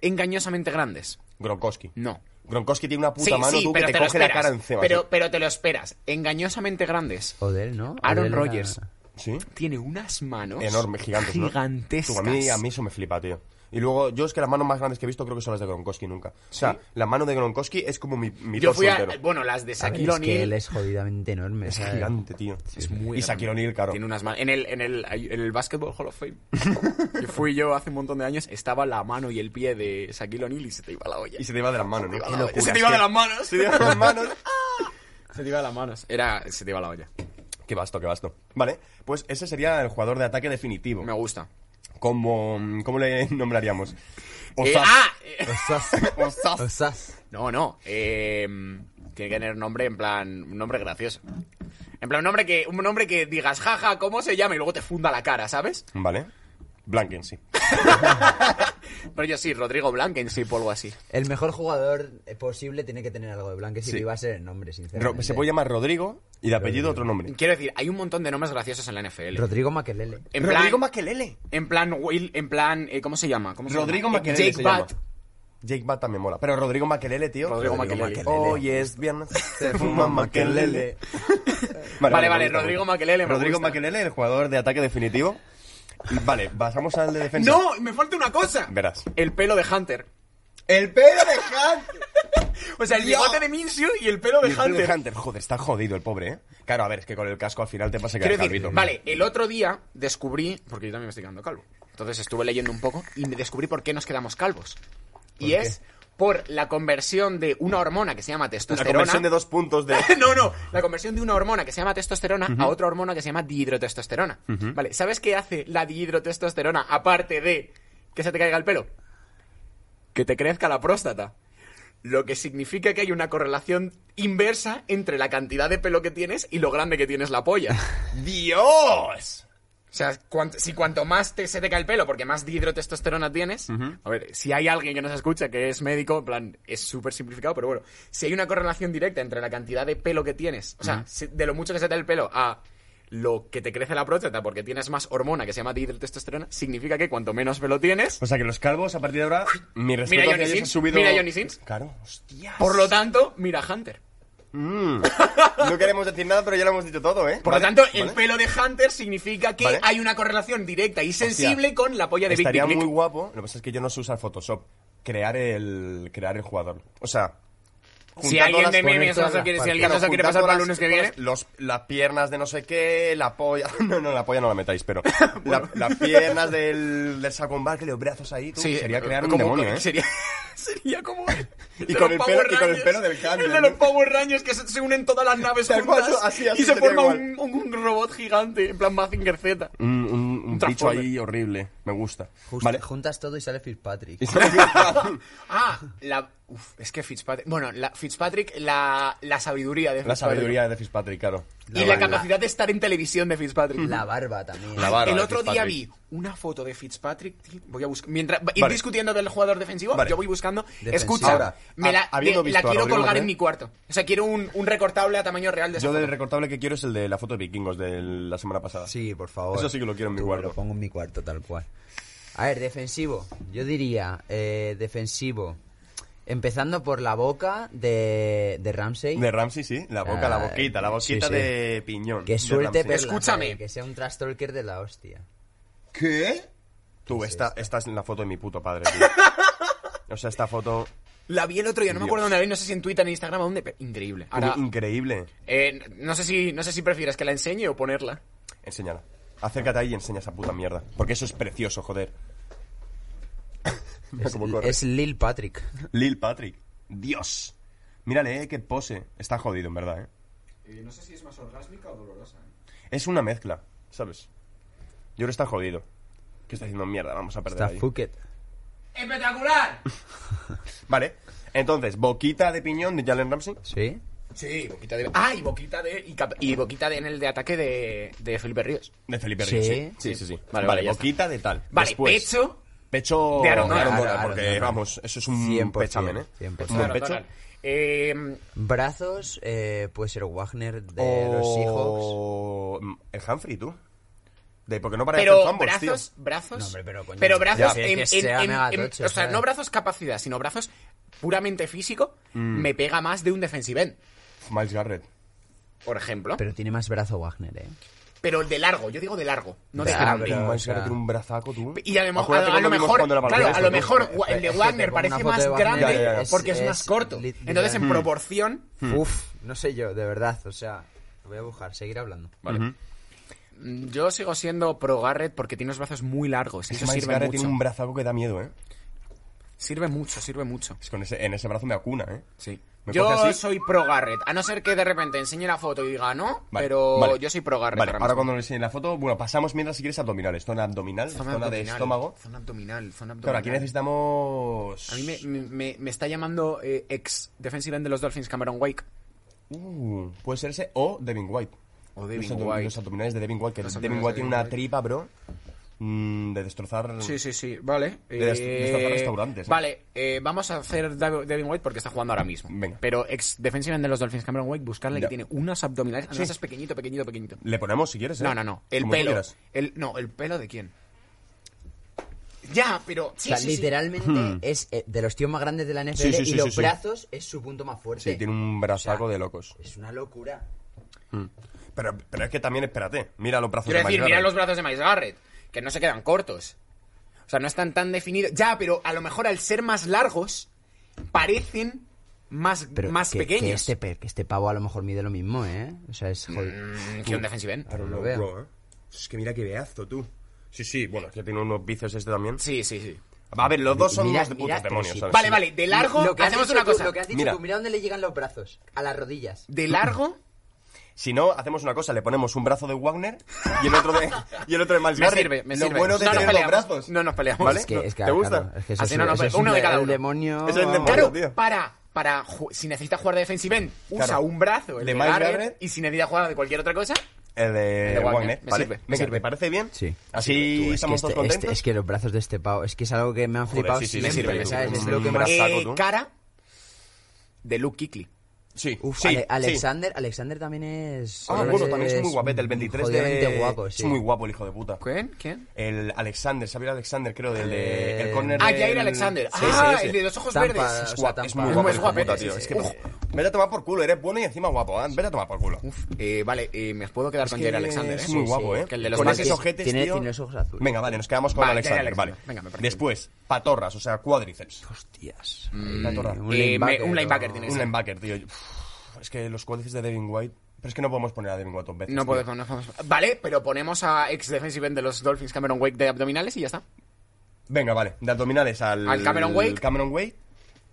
engañosamente grandes? Gronkowski. No. Gronkowski tiene una puta mano tú que te, lo coge la esperas. cara encima. Pero, pero te lo esperas. Engañosamente grandes. Odell, ¿no? Aaron Odell era- Rodgers. Sí. Tiene unas manos Enorme, gigantes. ¿no? gigantescas. Tú, a, mí, a mí eso me flipa, tío. Y luego, yo es que las manos más grandes que he visto creo que son las de Gronkowski nunca. O sea, la mano de Gronkowski es como mi, mi Yo torso fui a. entero. Bueno, las de A ver, Shaquille es que él O'Neal. es jodidamente enorme. Es ¿sabes? gigante, tío. Es muy y Shaquille grande. O'Neal, claro. Tiene unas manos. En el, en, el, en el Basketball Hall of Fame. que fui yo hace un montón de años. Estaba la mano y el pie de Shaquille O'Neal y se te iba la olla. Y se te va de las manos, ¿no? Se te iba la olla. Se te iba de las manos. Se te va de las manos. Se te iba de las manos. Era. Se te iba la olla. Qué basto, qué basto. Vale, pues ese sería el jugador de ataque definitivo. Me gusta. Como, ¿Cómo le nombraríamos? Eh, Osas. ah, eh, Osas. Osas. Osas. No, no. eh, tiene que tener nombre en plan. Un nombre gracioso. En plan, un nombre que, un nombre que digas, jaja, ¿cómo se llama? Y luego te funda la cara, ¿sabes? Vale. Blanken, sí. Pero yo sí, Rodrigo Blankenship o algo así. El mejor jugador posible tiene que tener algo de blanque. Si Sí. iba a ser el nombre, Ro- sinceramente. se puede llamar Rodrigo y de apellido Rodrigo. otro nombre. Quiero decir, hay un montón de nombres graciosos en la NFL. Rodrigo Eh, Maquelele. en plan, Rodrigo Maquelele. en plan, Will, en plan, eh, ¿cómo se llama? ¿Cómo se Rodrigo llama? Eh, Maquelele Jake se Butt. llama. Jake Bat también mola. Pero Rodrigo Maquelele, tío. Rodrigo Makelele. Hoy es viernes. Se fuma Maquelele. Vale, vale, me gusta, Rodrigo me gusta. Makelele, me Rodrigo gusta. Maquelele, el jugador de ataque definitivo. Vale, pasamos al de defensa. No, me falta una cosa. Verás. El pelo de Hunter. ¡El pelo de Hunter! O sea, el Dios. bigote de Minshew y el pelo de El pelo Hunter. de Hunter. Joder, está jodido el pobre, ¿eh? Claro, a ver, es que con el casco al final te pasa que Quiero eres decir, calvito. vale, el otro día descubrí, porque yo también me estoy quedando calvo. Entonces estuve leyendo un poco y me descubrí por qué nos quedamos calvos. Y qué? es por la conversión de una hormona que se llama La testosterona. conversión de dos puntos de... no, no, la conversión de una hormona que se llama testosterona a otra hormona que se llama dihidrotestosterona. Vale, ¿sabes qué hace la dihidrotestosterona aparte de que se te caiga el pelo? Que te crezca la próstata. Lo que significa que hay una correlación inversa entre la cantidad de pelo que tienes y lo grande que tienes la polla. ¡Dios! O sea, cuant- si cuanto más te, se te cae el pelo, porque más dihidrotestosterona tienes. A ver, si hay alguien que nos escucha que es médico, en plan, es súper simplificado, pero bueno. Si hay una correlación directa entre la cantidad de pelo que tienes, o sea, si- de lo mucho que se te da el pelo a lo que te crece la próstata porque tienes más hormona que se llama dihidrotestosterona, significa que cuanto menos pelo tienes, O sea que los calvos, a partir de ahora, mi respeto Mira hacia Johnny ellos Sins, ha subido... mira Johnny Sins. Claro, hostias. por lo tanto, mira a Hunter. Mm. No queremos decir nada, pero ya lo hemos dicho todo, ¿eh? Por Vale, lo tanto, el vale. pelo de Hunter significa que Vale. hay una correlación directa y sensible con la polla de Big Estaría Dick Nick. muy guapo. Lo que pasa es que yo no sé usar Photoshop. Crear el, crear el jugador. O sea. Si juntar alguien todas de las- memes todas no se las quiere- si partes. alguien no se quiere juntar pasar para el todas- lunes que todas viene. Los, las piernas de no sé qué, la polla. No, no, la polla no la metáis, pero. la- las piernas del, del Saquon Barkley, los brazos ahí. tú, sería crear un como- demonio, ¿eh? Sería, sería como el, Y de los con el pelo- Power y con el Rangers, pelo del Cambio, El de los ¿no? Power Rangers que se, se unen todas las naves Tal cual, juntas así, así y se sería forma un, igual. un- un robot gigante, en plan Mazinger Z. Un, un, un bicho transformer. ahí horrible. Me gusta. Justo- Vale. Juntas todo y sale Fitzpatrick. Ah, la... Uf, es que Fitzpatrick... Bueno, la, Fitzpatrick, la, la sabiduría de La Fitzpatrick. sabiduría de Fitzpatrick, claro. Y la, capacidad de estar en televisión de Fitzpatrick. La barba también. La barba el de otro día vi Fitzpatrick. una foto de Fitzpatrick. tío, Voy a buscar. Mientras ir Vale. discutiendo del jugador defensivo, Vale. yo voy buscando. Defensivo. Escucha, Ahora, me la, ha- habiendo me- visto la a quiero Rodrigo colgar en Moreno- mi cuarto. O sea, quiero un, un recortable a tamaño real de esa Yo del foto. recortable que quiero es el de la foto de vikingos de la semana pasada. Sí, por favor. Eso sí que lo quiero en mi Tú, cuarto. Lo pongo en mi cuarto, tal cual. A ver, defensivo. Yo diría, eh, defensivo. Empezando por la boca de, de Ramsey. De Ramsey, sí. La boca, la Ah, boquita, la sí, boquita sí. de piñón. que de suelte, Ramsey. pero Escúchame. que sea un trash talker de la hostia. ¿Qué? Tú, esta, esta es la foto de mi puto padre, tío. O sea, esta foto La vi el otro día, no me Dios. acuerdo dónde la vi, no sé si en Twitter, en Instagram, o dónde. pero Increíble. Ahora, increíble. eh, no, sé si, no sé si prefieres que la enseñe o ponerla. Enséñala. Acércate ahí y enseña esa puta mierda. Porque eso es precioso, joder. Mira Es, cómo corre. es Lil Patrick. Lil Patrick. Dios. Mírale, eh, qué pose. Está jodido, en verdad, eh. no sé si es más orgásmica o dolorosa. ¿eh? Es una mezcla, ¿sabes? Yo creo que está jodido. Que está haciendo mierda, vamos a perder Está ahí. Fuket. ¡Espectacular! Vale. Entonces, boquita de piñón de Jalen Ramsey. ¿Sí? Sí, boquita de. Ah, y boquita de. Y, cap- y boquita de en el de ataque de, de Felipe Ríos. De Felipe Sí. Ríos. Sí, sí, sí. sí. Vale, Vale, vale, ya boquita de tal. Vale, Después, pecho. Pecho de Aaron Donald. Donald, Aaron porque Donald. vamos, eso es un 100%, pechamen, ¿eh? 100%. Un buen Pues, Claro, pecho. total. Eh, Brazos, eh, puede ser Wagner de los Seahawks. O el Humphrey, tú. De, porque no para de hacer pero fumbles, tío. brazos, brazos. No, hombre, pero coño. brazos Ya. en, Que sea en- en- mega en- tocho, O sea, ¿sabes? no brazos capacidad, sino brazos puramente físico. Mm. Me pega más de un defensive end, Miles Garrett. por ejemplo. Pero, Pero tiene más brazo Wagner, ¿eh. de largo, yo digo de largo, no de Ya, grande. pero- Tú, Miles o sea- Garrett tiene un brazaco, tú. Y a lo, mejor- a- Acuérdate a cuando lo vimos mejor, cuando era claro, a baloncesto, lo tú. mejor Pero gua- el de es que te Wagner pongo parece una foto más de Wagner grande y es- porque es, es más corto. lit- Entonces, en Mm. proporción, Uf, no sé yo, de verdad. O sea, lo voy a buscar, seguir hablando. mm, yo sigo siendo pro Garrett porque tiene los brazos muy largos. Y Ese eso Miles sirve Garrett mucho. tiene un brazaco que da miedo, ¿eh? Sirve mucho, sirve mucho. Es con ese, en ese brazo me acuna, ¿eh? Sí. Me Yo coge así. soy pro Garrett, a no ser que de repente enseñe la foto y diga no, Vale, pero vale. yo soy pro Garrett. Vale, ahora ahora mismo. cuando le enseñe la foto, bueno, pasamos mientras si quieres abdominales. Zona abdominal, zona, de abdominal, estómago. Zona abdominal, zona abdominal. Claro, aquí necesitamos. A mí me, me- me- me está llamando eh, ex defensive end de los Dolphins Cameron Wake. Uh, puede ser ese o Devin White. O Devin los, abdo- White. Los abdominales de Devin White, que Los Devin abdominales White de tiene Devin una White. tripa, bro. mm, de destrozar. Sí, sí, sí, vale. De las- de estos restaurantes, ¿eh? Vale, eh, vamos a hacer Dav- Devin White porque está jugando ahora mismo. Venga. Pero ex defensive end de los Dolphins Cameron Wake, buscarle que Ya. tiene unas abdominales. Además Sí. es pequeñito, pequeñito, pequeñito. Le ponemos si quieres, ¿eh? No, no, no. El Como tú pelo. quieras. El, no, el pelo de quién. Ya, pero. O Sí, sea, sí, sí. literalmente es eh, de los tíos más grandes de la NFL Sí, sí, sí, y los sí, sí. brazos es su punto más fuerte. Sí, tiene un brazaco O sea, de locos. Es una locura. Pero, pero es que también, espérate, mira los brazos Quiero de decir, Miles mira los Garrett. brazos de Miles Garrett, que no se quedan cortos. O sea, no están tan definidos. Ya, pero a lo mejor al ser más largos, parecen más, Pero más que, pequeños. Que este, pe- que este pavo a lo mejor mide lo mismo, ¿eh? O sea, es... jod- Mm, que un defensive end. Ahora lo No, veo. bro, ¿eh? Es que mira qué beazo, tú. Sí, sí, bueno, es que tiene unos bicios este también. Sí, sí, sí. Va, a ver, los dos son Mira, unos de mira, putos demonios, sí. ¿sabes? Vale, vale, de largo Lo que has hacemos dicho una tú, cosa. Lo que has dicho Mira. tú, mira dónde le llegan los brazos. A las rodillas. De largo Si no, hacemos una cosa, le ponemos un brazo de Wagner y el otro de, y el otro de Miles me Garrett. sirve, me Lo sirve. bueno de no nos tener los peleamos, brazos. No nos peleamos. ¿Vale? Es que, No, es que, ¿Te gusta? claro, es que eso Así es, no, no, eso pero es uno un- de cada el uno. demonio... Es el demonio. Claro, tío. para, para ju- si necesitas jugar de defensive end, usa Claro. un brazo el De de Miles Garrett, Garrett. y si necesitas jugar de cualquier otra cosa, El de El de Wagner. Wagner, Me ¿vale? sirve, me Venga, sirve. ¿te parece bien? Sí. Así Tú, es que estamos este- todos este- contentos. es que los brazos de este pavo... Es que es algo que me han Joder, flipado sí, sí, sí, siempre, sí, ¿sabes? sí, Es sí, lo que un más... brazo. Brazaco, eh, tú. cara de Luke Kickley. Sí, Uf, sí, Ale- sí. Alexander, Alexander también es... Ah, bueno, también es muy guapete. El 23 de... jodidamente guapo, sí. Es muy guapo el hijo de puta. ¿Quién? ¿Quién? El Alexander, Xavier Alexander, creo, del de... Eh, El corner Ah, del- Jair Alexander. Sí, ah, sí, el sí. de los ojos Tampa, verdes. o Es sea, guapo, es tampa. muy Es guapo. muy el hijo guapete, de puta, sí, tío. sí, Es sí. que te- Vete a tomar por culo, eres bueno y encima guapo. ¿eh? Vete a tomar por culo. Uf, eh, vale, eh, me puedo quedar con que Jair Alexander. es ¿eh? muy Sí, guapo, sí, ¿eh? que el de los con Matis- esos ojetes, tiene- tío. tiene los ojos azules. Venga, vale, nos quedamos con Vale, Alexander, Jair Alexander. vale. Venga, me parece Después, patorras, o sea, cuádriceps. Hostias. Patorra. Eh, me- un linebacker o- tiene que Un ser. linebacker, tío. Uf, es que los cuádriceps de Devin White... Pero es que no podemos poner a Devin White dos veces. No tío. podemos, no podemos. Vale, pero ponemos a ex defensive end de los Dolphins Cameron Wake de abdominales y ya está. Venga, vale. De abdominales al... Al Cameron Wake. Cameron Wake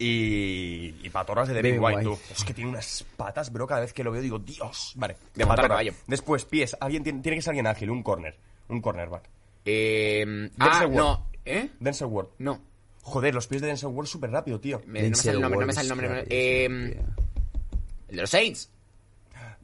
Y, y patorras de Devin Devin White, White. tú. Es que tiene unas patas, bro. Cada vez que lo veo digo, Dios. Vale, de Montar patorra. caballo. Después, pies. Alguien tiene, tiene que ser alguien ágil. Un corner. Un cornerback. Eh, ah, Ward. no. ¿Eh? Denzel Ward. No. Joder, los pies de Denzel Ward súper rápido, tío. Me- no me sale el nombre, no me sale el nombre. Eh, el de los Saints.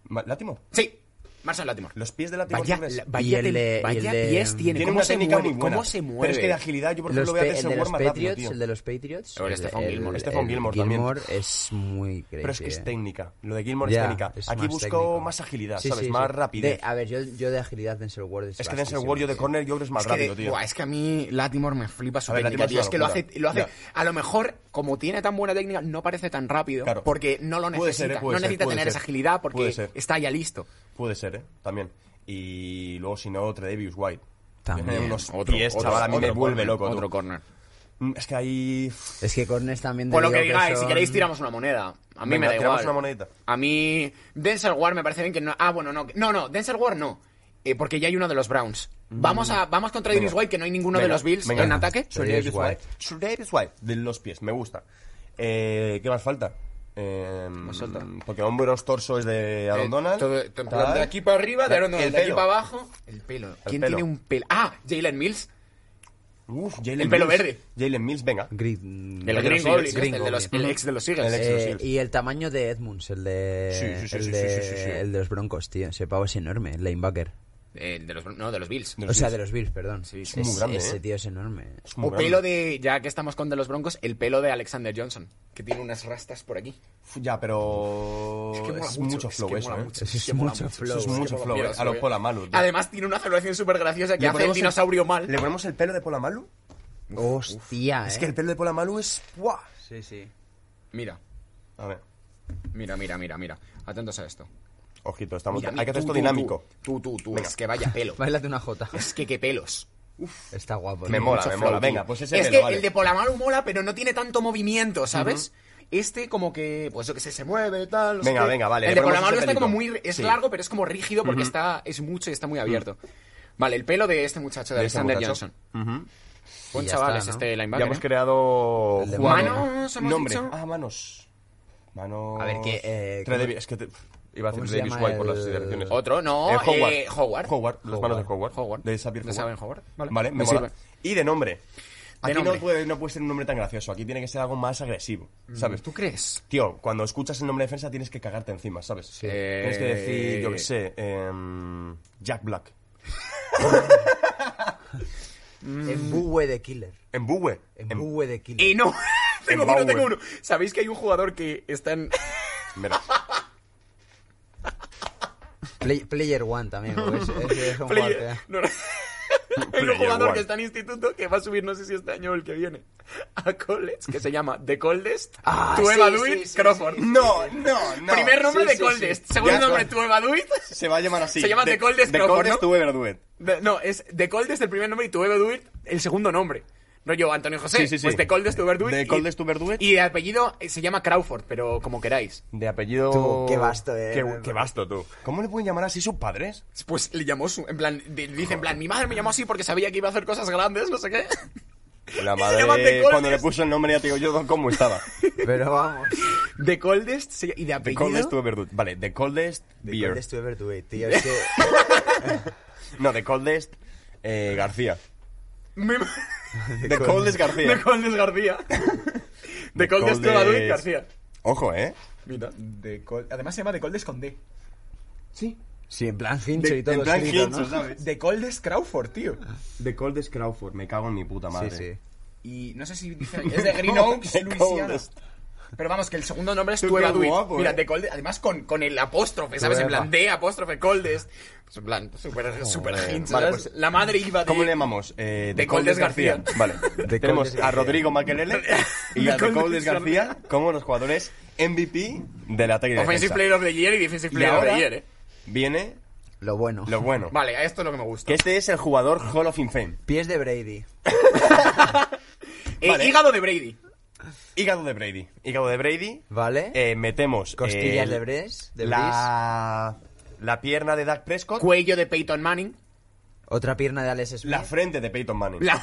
Ma- Látimore. Sí, Marshall Latimore. Los pies de Látimore. Vaya, ¿tú crees? la- vaya, Y el tel- de- y vaya el de- pies tiene. Tiene ¿Cómo una se técnica mueve? muy buena. ¿Cómo se mueve? Pero es que de agilidad, yo por Los ejemplo veo a pe- el Denzel de Ward los más rápido, Patriots, tío. el de los Patriots, O el Stephon Gilmore. Stephon el Gilmore también. es muy crazy. Pero es que este es eh. técnica. Lo de Gilmore Ya, es técnica. es Aquí más busco técnico. más agilidad, Sí, ¿sabes? sí, Más sí. rapidez. De- a ver, yo, yo de agilidad Denzel Ward es Es que vastísimo. Denzel Ward yo de corner yo creo que es más Es que, rápido, de- tío. buah, es que a mí Latimore me flipa su A ver, técnica, Latimore tío. es Es que lo una hace, lo hace locura. a lo mejor como tiene tan buena técnica, no parece tan rápido Claro. porque no lo necesita. Puede ser, eh, puede no ser, necesita puede tener ser. esa agilidad Puede porque ser. está ya listo. Puede ser, ¿eh? También. Y luego, si no, Tredavious White. También. Tiene unos Otro, pies, otro- chaval, a mí me otro vuelve corner, loco. tú. Otro corner. Mm, Es que ahí... pff, Es que Corners también... te Por Pues lo digo que digáis, si son- queréis tiramos una moneda. A mí Venga, me da tiramos igual. una monedita. A mí Denzel Ward me parece bien que no. Ah, bueno, no. No, no, Denzel Ward no. Eh, porque ya hay uno de los Browns. Vamos a vamos contra Davis Venga. White que no hay ninguno de venga, los Bills venga. en ataque. Tredavious White. Tredavious White. De los pies, me gusta. Eh, ¿Qué más falta? Eh, falta? Eh, Porque hombros, torso es de Aaron Donald. Todo- todo en plan tal. de aquí para arriba, de, Aaron Donald, El de aquí pelo. para abajo. El pelo. ¿Quién pelo. tiene un pelo? Ah, Jalen Mills. Uf, Jalen El pelo Mills. verde. Jalen Mills, venga. Green- El de Green los Goblin, Eagles, ¿no? Green el, de los, Goblin. el ex de los Eagles. El ex. Eh, Exorcist. y el tamaño de Edmunds, el de, Sí, sí, sí, el, sí, sí, de sí, sí. el de los Broncos, tío. Ese pavo es enorme, el linebacker. El Eh, de los, no, de los Bills. De O los sea, Bills. de los Bills, perdón. sí. Es muy grande, ese ¿eh? tío es enorme. Es muy O grande. pelo de, ya que estamos con de los Broncos, el pelo de Alexander Johnson, que tiene unas rastas por aquí. Uf, Ya, pero... Es que mola es mucho, mucho es flow que eso, mola ¿eh? mucho, Eso es que mola mucho flow, Eso es eh. mucho que flow, mola eh, a los eh. Pola Malu. Además tiene una celebración súper graciosa que Le hace el ponemos el- dinosaurio mal. Le ponemos el pelo de Pola Malu. Hostia, Es eh. que el pelo de Pola Malu es... ¡Buah! Sí, sí. Mira, A ver, mira, mira, mira, mira. Atentos a esto. ojito, estamos... Mira, hay mira, que hacer tú, esto tú, dinámico. Tú, tú, tú. Venga. Es que vaya pelo. Bailate una jota. es que qué pelos. Está guapo. Me ¿no? mola, Mucho me flow, mola. tío. Venga, pues ese Es pelo, que vale. el de Polamalu mola, pero no tiene tanto movimiento, ¿sabes? Este como que, pues yo que sé, se mueve, tal. no sé Venga, qué. venga, vale, El le de ponemos Polamalu ese está como pelito. muy... Es Sí. largo, pero es como rígido porque está... Es mucho y está muy abierto. Vale, el pelo de este muchacho, de, De ese Alexander muchacho. Johnson. Ujú. Buen ya chaval es está, ¿no? este Ya linebacker. hemos ¿eh? creado... El de jugador. Manos, hemos Nombre. dicho. Ah, manos. Manos... A ver, que, eh, Tredevi- ¿cómo- Es que te- iba a ¿cómo decir se Davis llama White por las el- direcciones. Otro, no, Eh, eh, Howard. Howard, las manos de Howard. Howard. De Xavier De Howard. Xavier Howard, vale. me Me mola. sirve. Y de nombre. Aquí nombre. Mm. No, puede, no puede ser un nombre tan gracioso. Aquí tiene que ser algo más agresivo, ¿sabes? ¿Tú crees? Tío, cuando escuchas el nombre de defensa tienes que cagarte encima, ¿sabes? Eh, Tienes que decir, yo qué sé, em, Jack Black. En Buwe de Killer. En Bue. En Buwe de Killer. Y no, tengo Embauer. uno, tengo uno. ¿Sabéis que hay un jugador que está en... Mira. Play- player One también. porque ese- ese es un ¿eh? Player- guardia. no, no. Hay Player un jugador ¿eh? One. que está en instituto que va a subir, no sé si este año o el que viene, a college, que se llama The Coldest, Ah, Tueva sí, Duit sí, sí, Crawford. No, no, no. Primer nombre Sí, de sí, Coldest, sí. segundo Ya, nombre no. Tueva Duit. Se va a llamar así. Se llama De- The Coldest The Crawford, Coldest ¿no? Tuve Verduet. De- No, es The Coldest el primer nombre y Tueva Duit el segundo nombre. No yo, Antonio José. Sí, sí, sí. Pues The Coldest Tueva Duit. The y- Coldest Tueva Duit. Y de apellido eh, se llama Crawford, pero como queráis. De apellido... Tú, qué vasto, eh. Qué, qué vasto, tú. ¿Cómo le pueden llamar así sus padres? Pues le llamó su. En plan, de- dice en plan, mi madre me llamó así porque sabía que iba a hacer cosas grandes, no sé qué. La llaman The madre, Coldest. cuando le puso el nombre, ya te digo yo cómo estaba. Pero vamos. The Coldest se- y de The apellido. Coldest to Ever Do It. Vale, The Coldest Beer. ¿Dónde estuve ver tu eh, tío? Es que... No, The Coldest eh, García. Me- The Coldest García. The Coldest García. The The Coldest Coldest- Tuvalu García. Ojo, ¿eh? Mira. Además se llama The Coldest con D. Sí. Sí, en plan hincho y en todo plan escrito, hincho, ¿no? ¿sabes? The Coldest Crawford, tío. The Coldest Crawford. Me cago en mi puta madre. Sí, sí. Y no sé si dice. Es de Green Oaks, The Luisiana. Coldest. Pero vamos, que el segundo nombre es Qué Tuevaduit. guapo, Mira, eh. The Coldest. Además con, con el apóstrofe, ¿sabes? En Tueva. plan, de apóstrofe, Coldest. Pues en plan, súper super hinch. Vale, ¿sabes? pues- la madre iba de. ¿Cómo le llamamos? Eh, The Coldest García. Vale. The Tenemos Coldest a García. Rodrigo Maquelele y a The Coldest García como los jugadores MVP de la técnica. Offensive Player of the Year y Defensive y Player of ahora the Year, eh. viene Lo bueno. lo bueno. Vale, esto es lo que me gusta. Que este es el jugador Hall of Fame. Pies de Brady. Eh, vale. Hígado de Brady. Hígado de Brady. Hígado de Brady. ¿Vale? Eh, metemos. Costillas eh, de Bres. De Breeze. la, la pierna de Dak Prescott. Cuello de Peyton Manning. Otra pierna de Alex Smith. La frente de Peyton Manning. La-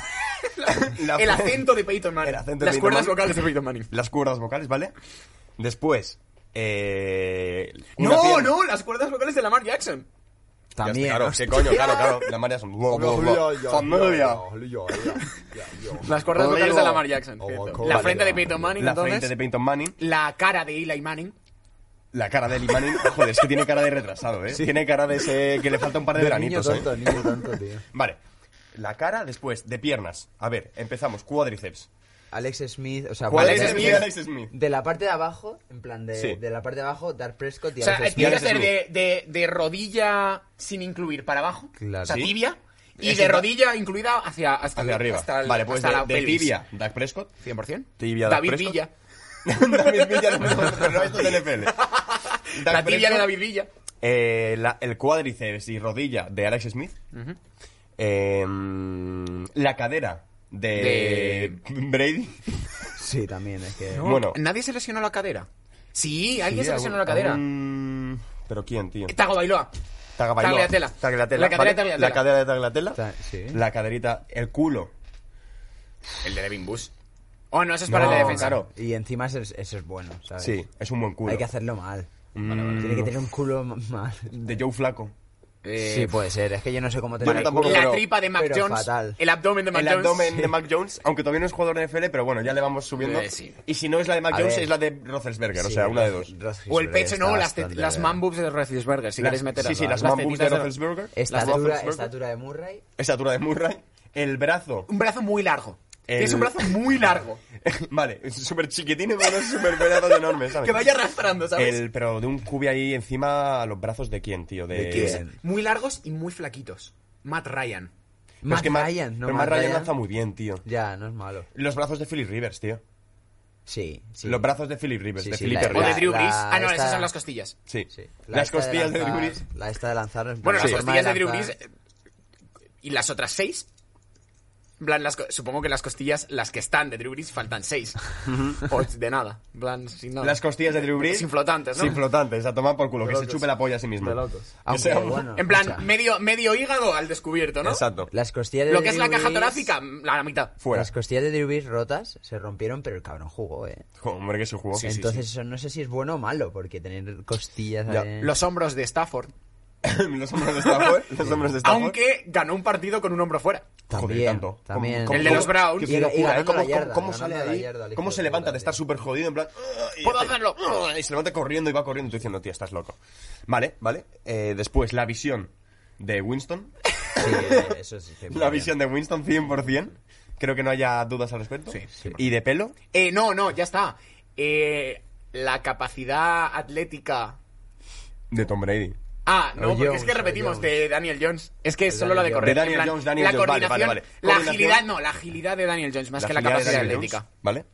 La- el acento de Peyton Manning. El acento de Las Peyton cuerdas Manning. vocales de Peyton Manning. Las cuerdas vocales, ¿vale? Después. eh, una No, pierna. no, las cuerdas vocales de Lamar Jackson. Ya está, También. Claro, hostia. qué coño, claro, claro. La María son. Familia. Las cuerdas Rodrigo. vocales de Lamar Jackson. Oh, cierto. coño. la Vale, frente de va. Peyton Manning, La entonces. frente de Peyton Manning. La cara de Eli Manning. La cara de Eli Manning. Joder, es que tiene cara de retrasado, ¿eh? Tiene cara de ese que le falta un par de, De granitos, niño tonto, ¿eh? niño tonto, tío. Vale. La cara, después, de piernas. A ver, empezamos. Cuádriceps. Alex Smith, o sea, ¿Cuál Alex es Smith? Smith? Alex Smith. De la parte de abajo, en plan de, Sí. de la parte de abajo, Dark Prescott y O sea, eh, Alex tiene que Smith. ser de, de, de rodilla sin incluir para abajo. Claro. O sea, Sí. tibia. Y Es de el- rodilla incluida hacia, hasta Hacia el- arriba. hasta el- vale, pues hasta de, la de pelvis. tibia, Dak Prescott. 100%. Tibia de David Prescott. Villa. David Villa, no, pero no esto es del NFL. Dak La tibia de Prescott, David Villa. eh, la- el cuádriceps y rodilla de Alex Smith. Em, la cadera de, Brady. Sí, también, es que... Bueno. ¿Nadie se lesionó la cadera? Sí, alguien Sí, se lesionó algún- la cadera. algún- Pero quién, tío. Tago Bailoa. Tagliatella. Tagliatella. La cadera de Tagliatella. La cadera de Tagliatella. Ta- sí. La caderita, el culo. El de Devin Bush. Oh, no, eso es para el de No, defensa. claro. Y encima ese, es- ese es bueno, ¿sabes? Sí, es un buen culo. Hay que hacerlo mal. Mm, Tiene que tener un culo ma- mal. De Joe Flaco. Eh, sí, puede ser. Es que yo no sé cómo tener Bueno, el tampoco- culo. la pues, pero- tripa de Mac pero Jones. fatal. El abdomen de Mac El Jones. abdomen de Mac Jones, aunque todavía no es jugador de NFL, pero bueno, ya le vamos subiendo. Eh, sí. Y si no es la de Mac A Jones, ver. es la de Roethlisberger, o Sí, sea, una de Roz- dos. Roz- O el pecho, está no, las, te- bastante las bien. manbubs de Roethlisberger, si queréis meter sí, sí, las manbubs de Roethlisberger. Estatura, Roethlisberger, estatura de Murray. Estatura de Murray. El brazo. Un brazo muy largo. El- Es un brazo muy largo. vale, es súper chiquitín y con unos súper pedazos enormes, ¿sabes? Que vaya arrastrando, ¿sabes? El, pero de un cubi ahí encima, ¿los brazos de quién, tío? De, ¿De quién? Muy largos y muy flaquitos. Matt Ryan. Pero es Matt que Matt- Ryan, ¿no? pero Matt Ryan lanza muy bien, tío. Ya, no es malo. Los brazos de Philip Rivers, tío. Sí, sí. Los brazos de Philip Rivers, Sí, de sí, Philip O la- Rivers. de la- Drew Brees. la- ah, no, esta- esas son las costillas. Sí. Sí. La Las esta de costillas de, Drew lanzar- Brees. La esta de lanzar no es Bueno, las mala. La forma costillas de Drew lanzar- Brees. eh, Y las otras seis. en Plan, las co- supongo que las costillas, las que están de Drew Brees, faltan seis. o de nada. en Plan, sin nada. Las costillas de Drew Brees. Sin flotantes, ¿no? Sin flotantes, a tomar por culo, que se chupe la polla a sí mismo. De locos. Que Aunque, sea un- Ah, bueno, En plan, o sea, medio, medio hígado al descubierto, ¿no? Exacto. las costillas de Lo que es Drew la caja Brees- torácica, la mitad. Fuera. Las costillas de Drew Brees rotas se rompieron, pero el cabrón jugó, ¿eh? Hombre, que se jugó. Sí, sí, Entonces eso no sé si es bueno o malo, porque tener costillas... Ya, ahí- Los hombros de Stafford. los hombros de Stafford. Los hombros de Stafford. Aunque ganó un partido con un hombro fuera. Joder, También, tanto. también. El de los Browns. Qué Y- y locura, ¿eh? ganando ¿Cómo, la yarda, cómo ganando sale la ahí? yarda, el ¿Cómo hijo se de levanta? este puta, De estar tío. súper jodido, en plan... "Ugh", y ¡Puedo hace- hacerlo! "Ugh", Y se levanta corriendo y va corriendo. y Tú diciendo, tío, estás loco. Vale, vale. Eh, después, la visión de Winston. Sí, eso sí. sí, muy La bien. visión de Winston 100%. Creo que no haya dudas al respecto. Sí, sí. Y de pelo, Eh, no, no, ya está. Eh, la capacidad atlética. de Tom Brady. Ah, O no, porque es Jones, que o repetimos Jones. de Daniel Jones. Es que es solo la de Daniel correr. Jones. De Daniel en plan, Jones, Daniel la Jones, vale, coordinación, vale, vale. La Coordinación. agilidad, no, la agilidad de Daniel Jones, más que la agilidad de capacidad Daniel atlética. Jones, ¿Vale?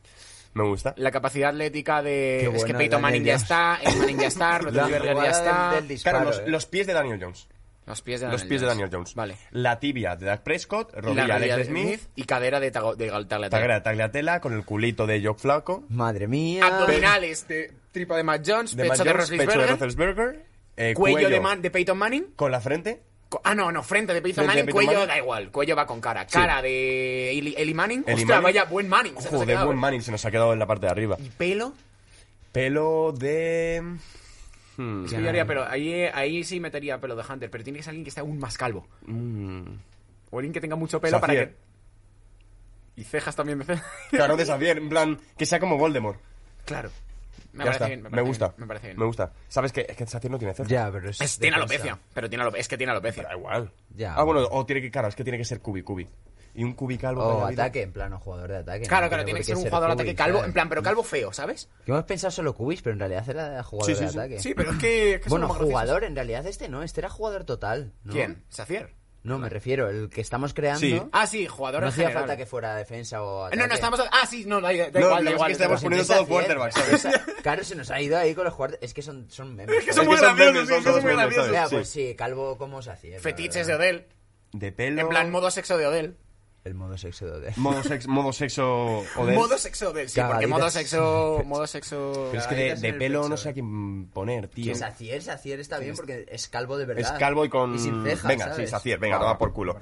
Me gusta. La capacidad atlética de. Qué es que Peyton bueno, Daniel Manning ya Jones. está, el Manning ya está, La Roethlisberger ya jugada está. del- del disparo, Claro, los, ¿eh? los pies de Daniel Jones. Los pies de Daniel Los pies de Jones. Daniel Jones. Vale. La tibia de Dak Prescott, rodilla La de rodilla Alex de Smith, Smith y cadera de, Tago- de Galtagliatella. tagra de Tagliatella con el culito de Jock Flaco, Madre mía. Abdominales de tripa de Matt Jones, de pecho Matt de Jones, pecho de Roethlisberger, Roethlisberger, eh, cuello, de, Man- de Peyton Manning. con la frente, co- Ah, no, no, frente de Peyton Frente Manning, de Peyton cuello Manning. da igual, cuello va con cara. Cara de Eli, Eli Manning. Eli Ostras, Manning. vaya buen Manning. se nos ha joder, quedado. eh. buen Manning se nos ha quedado en la parte de arriba. Y pelo. Pelo de... Hmm, Sí, yo haría pelo. Ahí, ahí sí metería pelo de Hunter, pero tiene que ser alguien que esté aún más calvo. mm, O alguien que tenga mucho pelo para Sacier. que. Y cejas también me cejas. Claro, de Xavier, en plan, que sea como Voldemort. Claro. Me Ya parece está, bien, me, me parece gusta. bien, me parece bien. Me gusta. ¿Sabes qué? Es que Xavier no tiene ceja. Ya, pero es... Es- tiene defensa. alopecia, pero tiene alope- es que tiene alopecia. Da igual. Ya. Ah, bueno, o tiene que, claro, es que tiene que ser cubi, cubi. Y un cubi calvo. O toda la vida. Oh, ataque, en plano jugador de ataque. Claro, no claro, por tiene que qué ser un jugador de cubis, ataque calvo, ¿sabes? en plan, pero calvo feo, ¿sabes? ¿eh? Que hemos pensado solo cubis, pero en realidad era jugador Sí, sí, de sí. ataque. Sí, pero es que. es que son Bueno, los más graciosos. jugador, en realidad este no, este era jugador total. ¿no? ¿Quién? Sacier. No, me refiero, el que estamos creando. Sí. Ah, sí, jugador no en hacía general. falta que fuera defensa o ataque. No, no, estamos. Ah, sí, no, da, da No, igual, da lo igual. que estamos da igual. poniendo todo Entonces, Xavier, quarterback, ¿sabes? esa- Claro, se nos ha ido ahí con los jugadores. Es que son, son memes. que ¿sabes? son muy son graciosos, memes, sí, es que todos son muy memes, ¿sabes? Ya, graciosos. pues sí, calvo, ¿cómo se hacía? Fetiches de Odell. De pelo. En plan, modo sexo de Odell. El modo sexo de Odell. Modo, sex- modo sexo o de... Modo sexo de Odell, sí, porque Cagaditas. modo sexo. Modo sexo. Pero es que de, Cagaditas de en el pelo pecho, no eh. sé a quién poner, tío. Sacier, Sacier está bien porque es calvo de Es verdad. calvo y con... Y sin cejas, venga, sí, ¿sabes? Sacier, venga, toma por culo.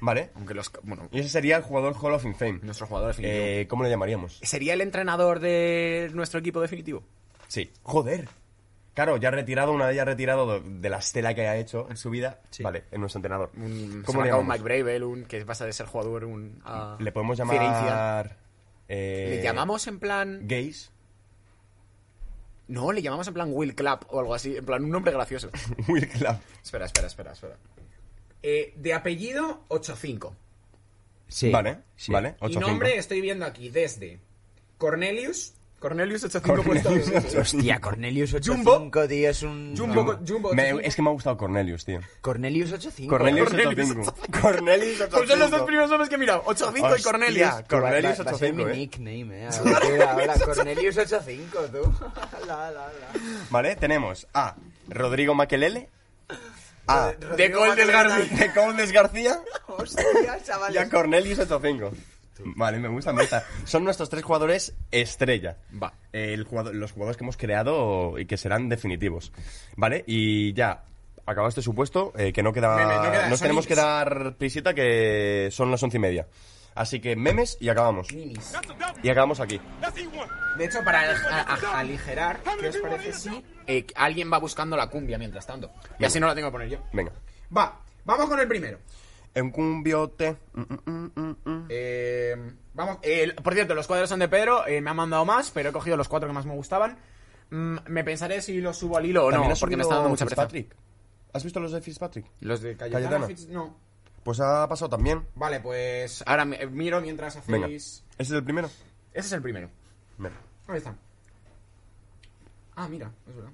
Vale. Aunque los. Bueno, Y ese sería el jugador Hall of Fame. nuestro jugador definitivo. Eh, ¿Cómo le llamaríamos? ¿Sería el entrenador de nuestro equipo definitivo? Sí. Joder. Claro, ya ha retirado, una vez ya ha retirado de, de la estela que ha hecho en su vida. Vale, en nuestro entrenador. Un, ¿Cómo se le marca un llamamos? Mike Bravel, un que pasa de ser jugador un. a- Le podemos Fidencia. llamar... eh, ¿Le llamamos en plan.? Gays. No, le llamamos en plan Will Clap o algo así. En plan, un nombre gracioso. Will Clapp. Espera, espera, espera, espera. Eh, de apellido 85. Sí. vale, sí. vale. Y 8-5. nombre estoy viendo aquí desde Cornelius Cornelius 85 puesto Cornelius dos, eso. Hostia, Cornelius Jumbo. 85, tío, es un... Jumbo, No. Jumbo. Me- 85. es que me ha gustado Cornelius, tío. Cornelius 85. Cornelius Cornelius 85. Cornelius 85. Pues son los dos primeros nombres que he mirado. 85 y Hostia, Cornelius. Va- Cornelius va- va a ser 85, mi eh. nickname, eh. Ahora, tío, ahora, Cornelius 85, tú. Ala, ala, ala. Vale, tenemos a Rodrigo Maquelele, a De Col del Garbi. de Condes García Hostia, y a chavales. Cornelius 85. Vale, me gusta, me gusta. Son nuestros tres jugadores estrella. Va. Eh, el jugador- los jugadores que hemos creado y que serán definitivos. Vale, y ya. Acabado este supuesto, eh, que no queda, Meme, no queda, Nos son tenemos que minis. dar prisita, que son las once y media. Así que memes y acabamos. Minis. Y acabamos aquí. De hecho, para a- a- aligerar, ¿qué os parece si eh, alguien va buscando la cumbia mientras tanto? Y así no la tengo que poner yo. Venga. Va, vamos con el primero. En cumbiote. Mm, mm, mm, mm, mm. Eh, vamos, eh, por cierto, los cuadros son de Pedro, eh, me han mandado más, pero he cogido los cuatro que más me gustaban. Mm, me pensaré si los subo al hilo o También no, ha porque me está subido dando mucha pereza. Fitzpatrick. ¿Has visto los de Fitzpatrick? Los de Cayetano. Fitz- No. Pues ha pasado también. Vale, pues ahora mi- miro mientras Venga. hacéis... ¿Ese es el primero? Ese es el primero. Venga. Ahí está. Ah, mira, es verdad.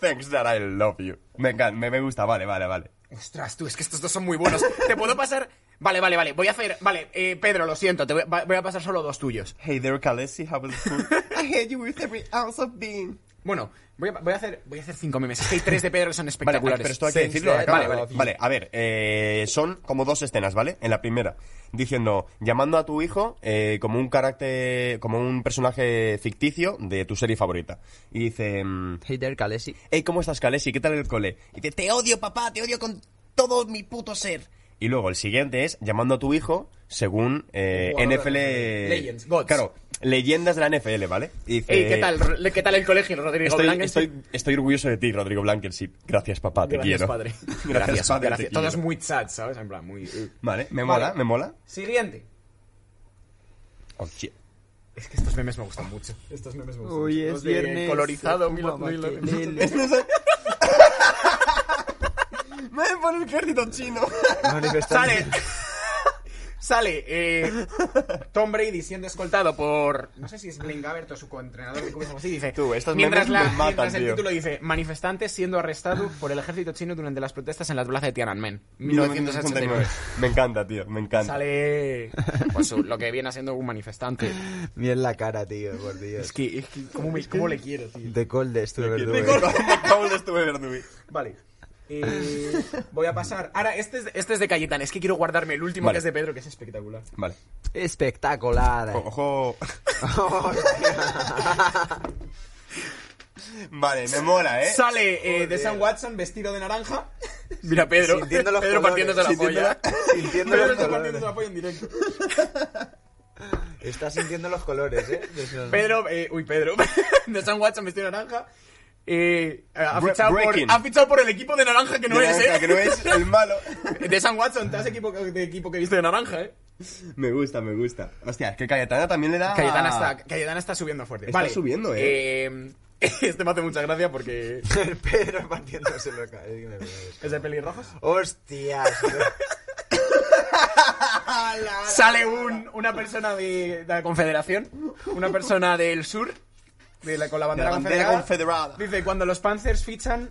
Thanks that I love you. Me encanta, me, me gusta, vale, vale, vale. Ostras, tú, es que estos dos son muy buenos. ¿Te puedo pasar? Vale, vale, vale. Voy a hacer. Vale, eh, Pedro, lo siento, te voy, va- voy a pasar solo dos tuyos. Hey there, Khaleesi, how is it? I hate you with every ounce of being. Bueno, voy a, voy a hacer, voy a hacer cinco memes. Es que hay tres de Pedro que son Vale, espectaculares. pero esto hay que Thanks decirlo. that I acaba. love vale, you. vale, a ver, eh, son como dos escenas, ¿vale? En la primera, diciendo, llamando a tu hijo eh, como un carácter, como un personaje ficticio de tu serie favorita. Y dice, mm, Hater Kalesi. Hey, ¿cómo estás, Kalesi? ¿Qué tal el cole? Y dice, te odio, papá, te odio con todo mi puto ser. Y luego el siguiente es llamando a tu hijo según eh, Jugador de NFL. la- Legends, gods. Claro, leyendas de la NFL, ¿vale? Y dice, Ey, ¿qué tal? Ro- le- ¿Qué tal el colegio, Rodrigo Eh, Estoy, Blankenship? estoy, estoy orgulloso de ti, Rodrigo Blankenship. Gracias, papá, te Gracias, quiero. padre. Gracias, Gracias, padre. te gracias. quiero. Todo es muy chat, ¿sabes? En plan, muy. eh. Vale, me Vale. mola, me mola. Siguiente. Hostia. Es que estos memes me gustan mucho. Estos memes me gustan Uy, mucho. es Los de viernes, Colorizado, se mil- fuma mil- maquinel. mil- Me pone el ejército chino. Sale. Sale eh, Tom Brady siendo escoltado por. No sé si es Blaine Gabbert o su coentrenador, que así, dice. Tú, estos mientras memes la- me matan, mientras el tío. título dice: Manifestantes siendo arrestados por el ejército chino durante las protestas en la plaza de Tiananmen. 1989. Me encanta, tío, me encanta. Sale. Pues su- lo que viene siendo un manifestante. Mira la cara, tío, por Dios. Es que, es que ¿cómo, me- cómo le quiero, tío? De Coldes, tu Quiero- verdugo. ¿Cómo le estuve Verdubi? Vale. Eh, voy a pasar. Ahora, este es, este es de Cayetán. Es que quiero guardarme el último Vale. que es de Pedro, que es espectacular. Vale. Espectacular. Oh. Ojo. Vale, me mola, ¿eh? Sale eh, de Sam Watson vestido de naranja. Mira, Pedro. Sintiendo los Pedro colores, partiéndose la sintiendo polla. la- sintiendo Pedro los está colores. partiéndose la polla en directo. Está sintiendo los colores, eh. De eso- Pedro, eh, uy, Pedro. De Sam Watson vestido de naranja. Eh, ha, Bre- fichado por, breaking. ha fichado por el equipo de naranja que no De es, naranja, ¿eh? que no es el malo. De Sam Watson, te has equipo de equipo que viste de naranja, ¿eh? Me gusta, me gusta. Hostia, es que Cayetana también le da. Cayetana, está, Cayetana está subiendo fuerte. Está Vale, subiendo, eh, Este me hace mucha gracia porque. Pedro partiéndose los colores. ¿Es de pelirrojos? Hostias. Sale un- una persona de, de la Confederación, una persona del sur, de la- con la bandera, De la bandera confederada. confederada. Dice, cuando los Panzers fichan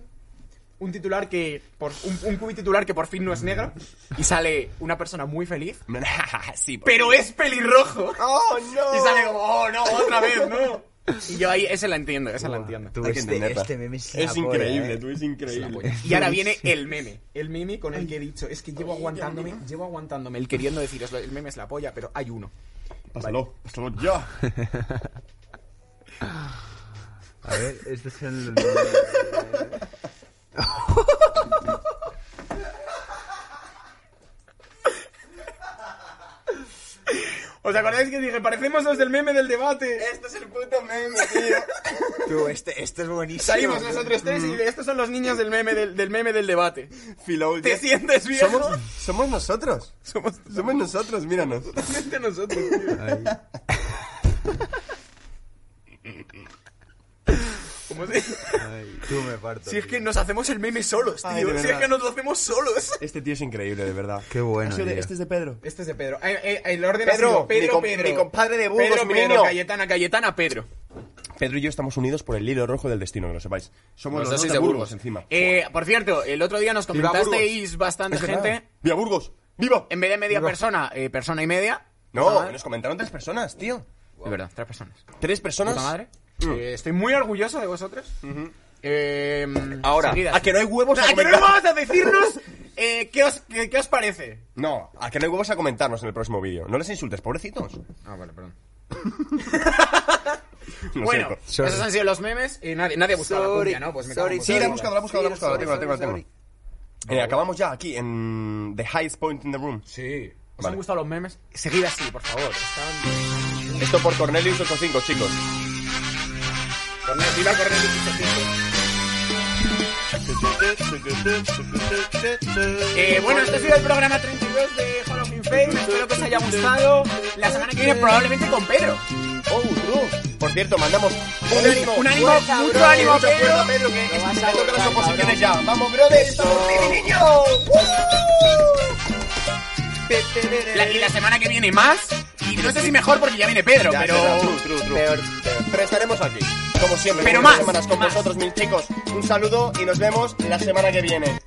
un titular que... Por, un, un cubi titular que por fin no es negro, y sale una persona muy feliz, sí, pues, por- pero es pelirrojo. ¡Oh, no! Y sale como, oh, no, otra vez, no. Y yo ahí, esa la entiendo, esa la entiendo. Tú, Hay que este, entenderla. este meme es, la Es polla, increíble, eh. tú, es increíble. Y ahora viene el meme. El meme con el que he dicho. Es que llevo aguantándome, llevo aguantándome, el queriendo deciros, el meme es la polla, pero hay uno. Pásalo, pásalo ya. A ver, este es el. ¿Os acordáis que dije, parecemos los del meme del debate? Este es el puto meme, tío. Tú, este, este es buenísimo. Salimos nosotros tres y estos son los niños del meme del, del meme del debate. Filou, ¿Te tío. sientes viejo? Somos, somos nosotros. Somos, somos nosotros, míranos. Vente nosotros, tío. Ay. Como Ay, tú me parto. Si es tío. que nos hacemos el meme solos, Ay, tío. de si es verdad. que nos lo hacemos solos. Este tío es increíble, de verdad. Qué bueno, Ha sido de- tío. Este es de Pedro. Este es de Pedro. Eh, eh, el orden Pedro, ha sido Pedro, mi com- Pedro. mi compadre de Burgos, Pedro, mi Pedro, niño. Cayetana, Cayetana, Pedro. Pedro y yo estamos unidos por el hilo rojo del destino, que lo sepáis. Somos los, dos sois de Burgos, encima. Eh, por cierto, el otro día nos Viva Burgos. comentasteis bastante Es verdad. gente. Em, ¡Viva Burgos! ¡Viva! En vez de media persona, eh, persona y media. No, Ah, nos comentaron tres personas, tío. Es verdad, tres personas. ¿Tres personas? Puta madre. Eh, estoy muy orgulloso de vosotros. Eh, Ahora, seguidas. a que no hay huevos a ¿A que no comentar? vamos a decirnos eh, qué, os, qué- qué os parece? No, a que no hay huevos a comentarnos en el próximo vídeo. No les insultes, pobrecitos. Pues Ah, vale, perdón. Lo bueno, siento. esos han sido los memes. Eh, nadie, nadie ha buscado la cumbia, ¿no? Pues me cago en Sorry, vosotros. Sí, la he sorry. buscado, la he buscado, la he buscado. La tengo, la tengo, la tengo. Sorry, Eh, acabamos ya aquí en The Highest Point in the Room. Sí. ¿Os Vale. han gustado los memes? Seguid así, por favor. Esto por Cornelius 85, chicos. Cornel- Viva Cornelius Chistecito. Eh, bueno, este ha sido el programa 32 de Hall of Fame. Espero que os haya gustado. La semana que viene probablemente con Pedro. Oh, true. Por cierto, mandamos un ánimo. un ánimo, mucho brother, ánimo, mucha Pedro. fuerza, Pedro, que vas a me tocan las votar, oposiciones ya. cabrón. Vamos, brother. La- y la semana que viene más. Y no sé si mejor porque ya viene Pedro, Ya, pero. ya, true, true, true. Peor, peor. Pero estaremos aquí, como siempre, Pero más, todas las semanas con más. vosotros, mis chicos. Un saludo y nos vemos la semana que viene.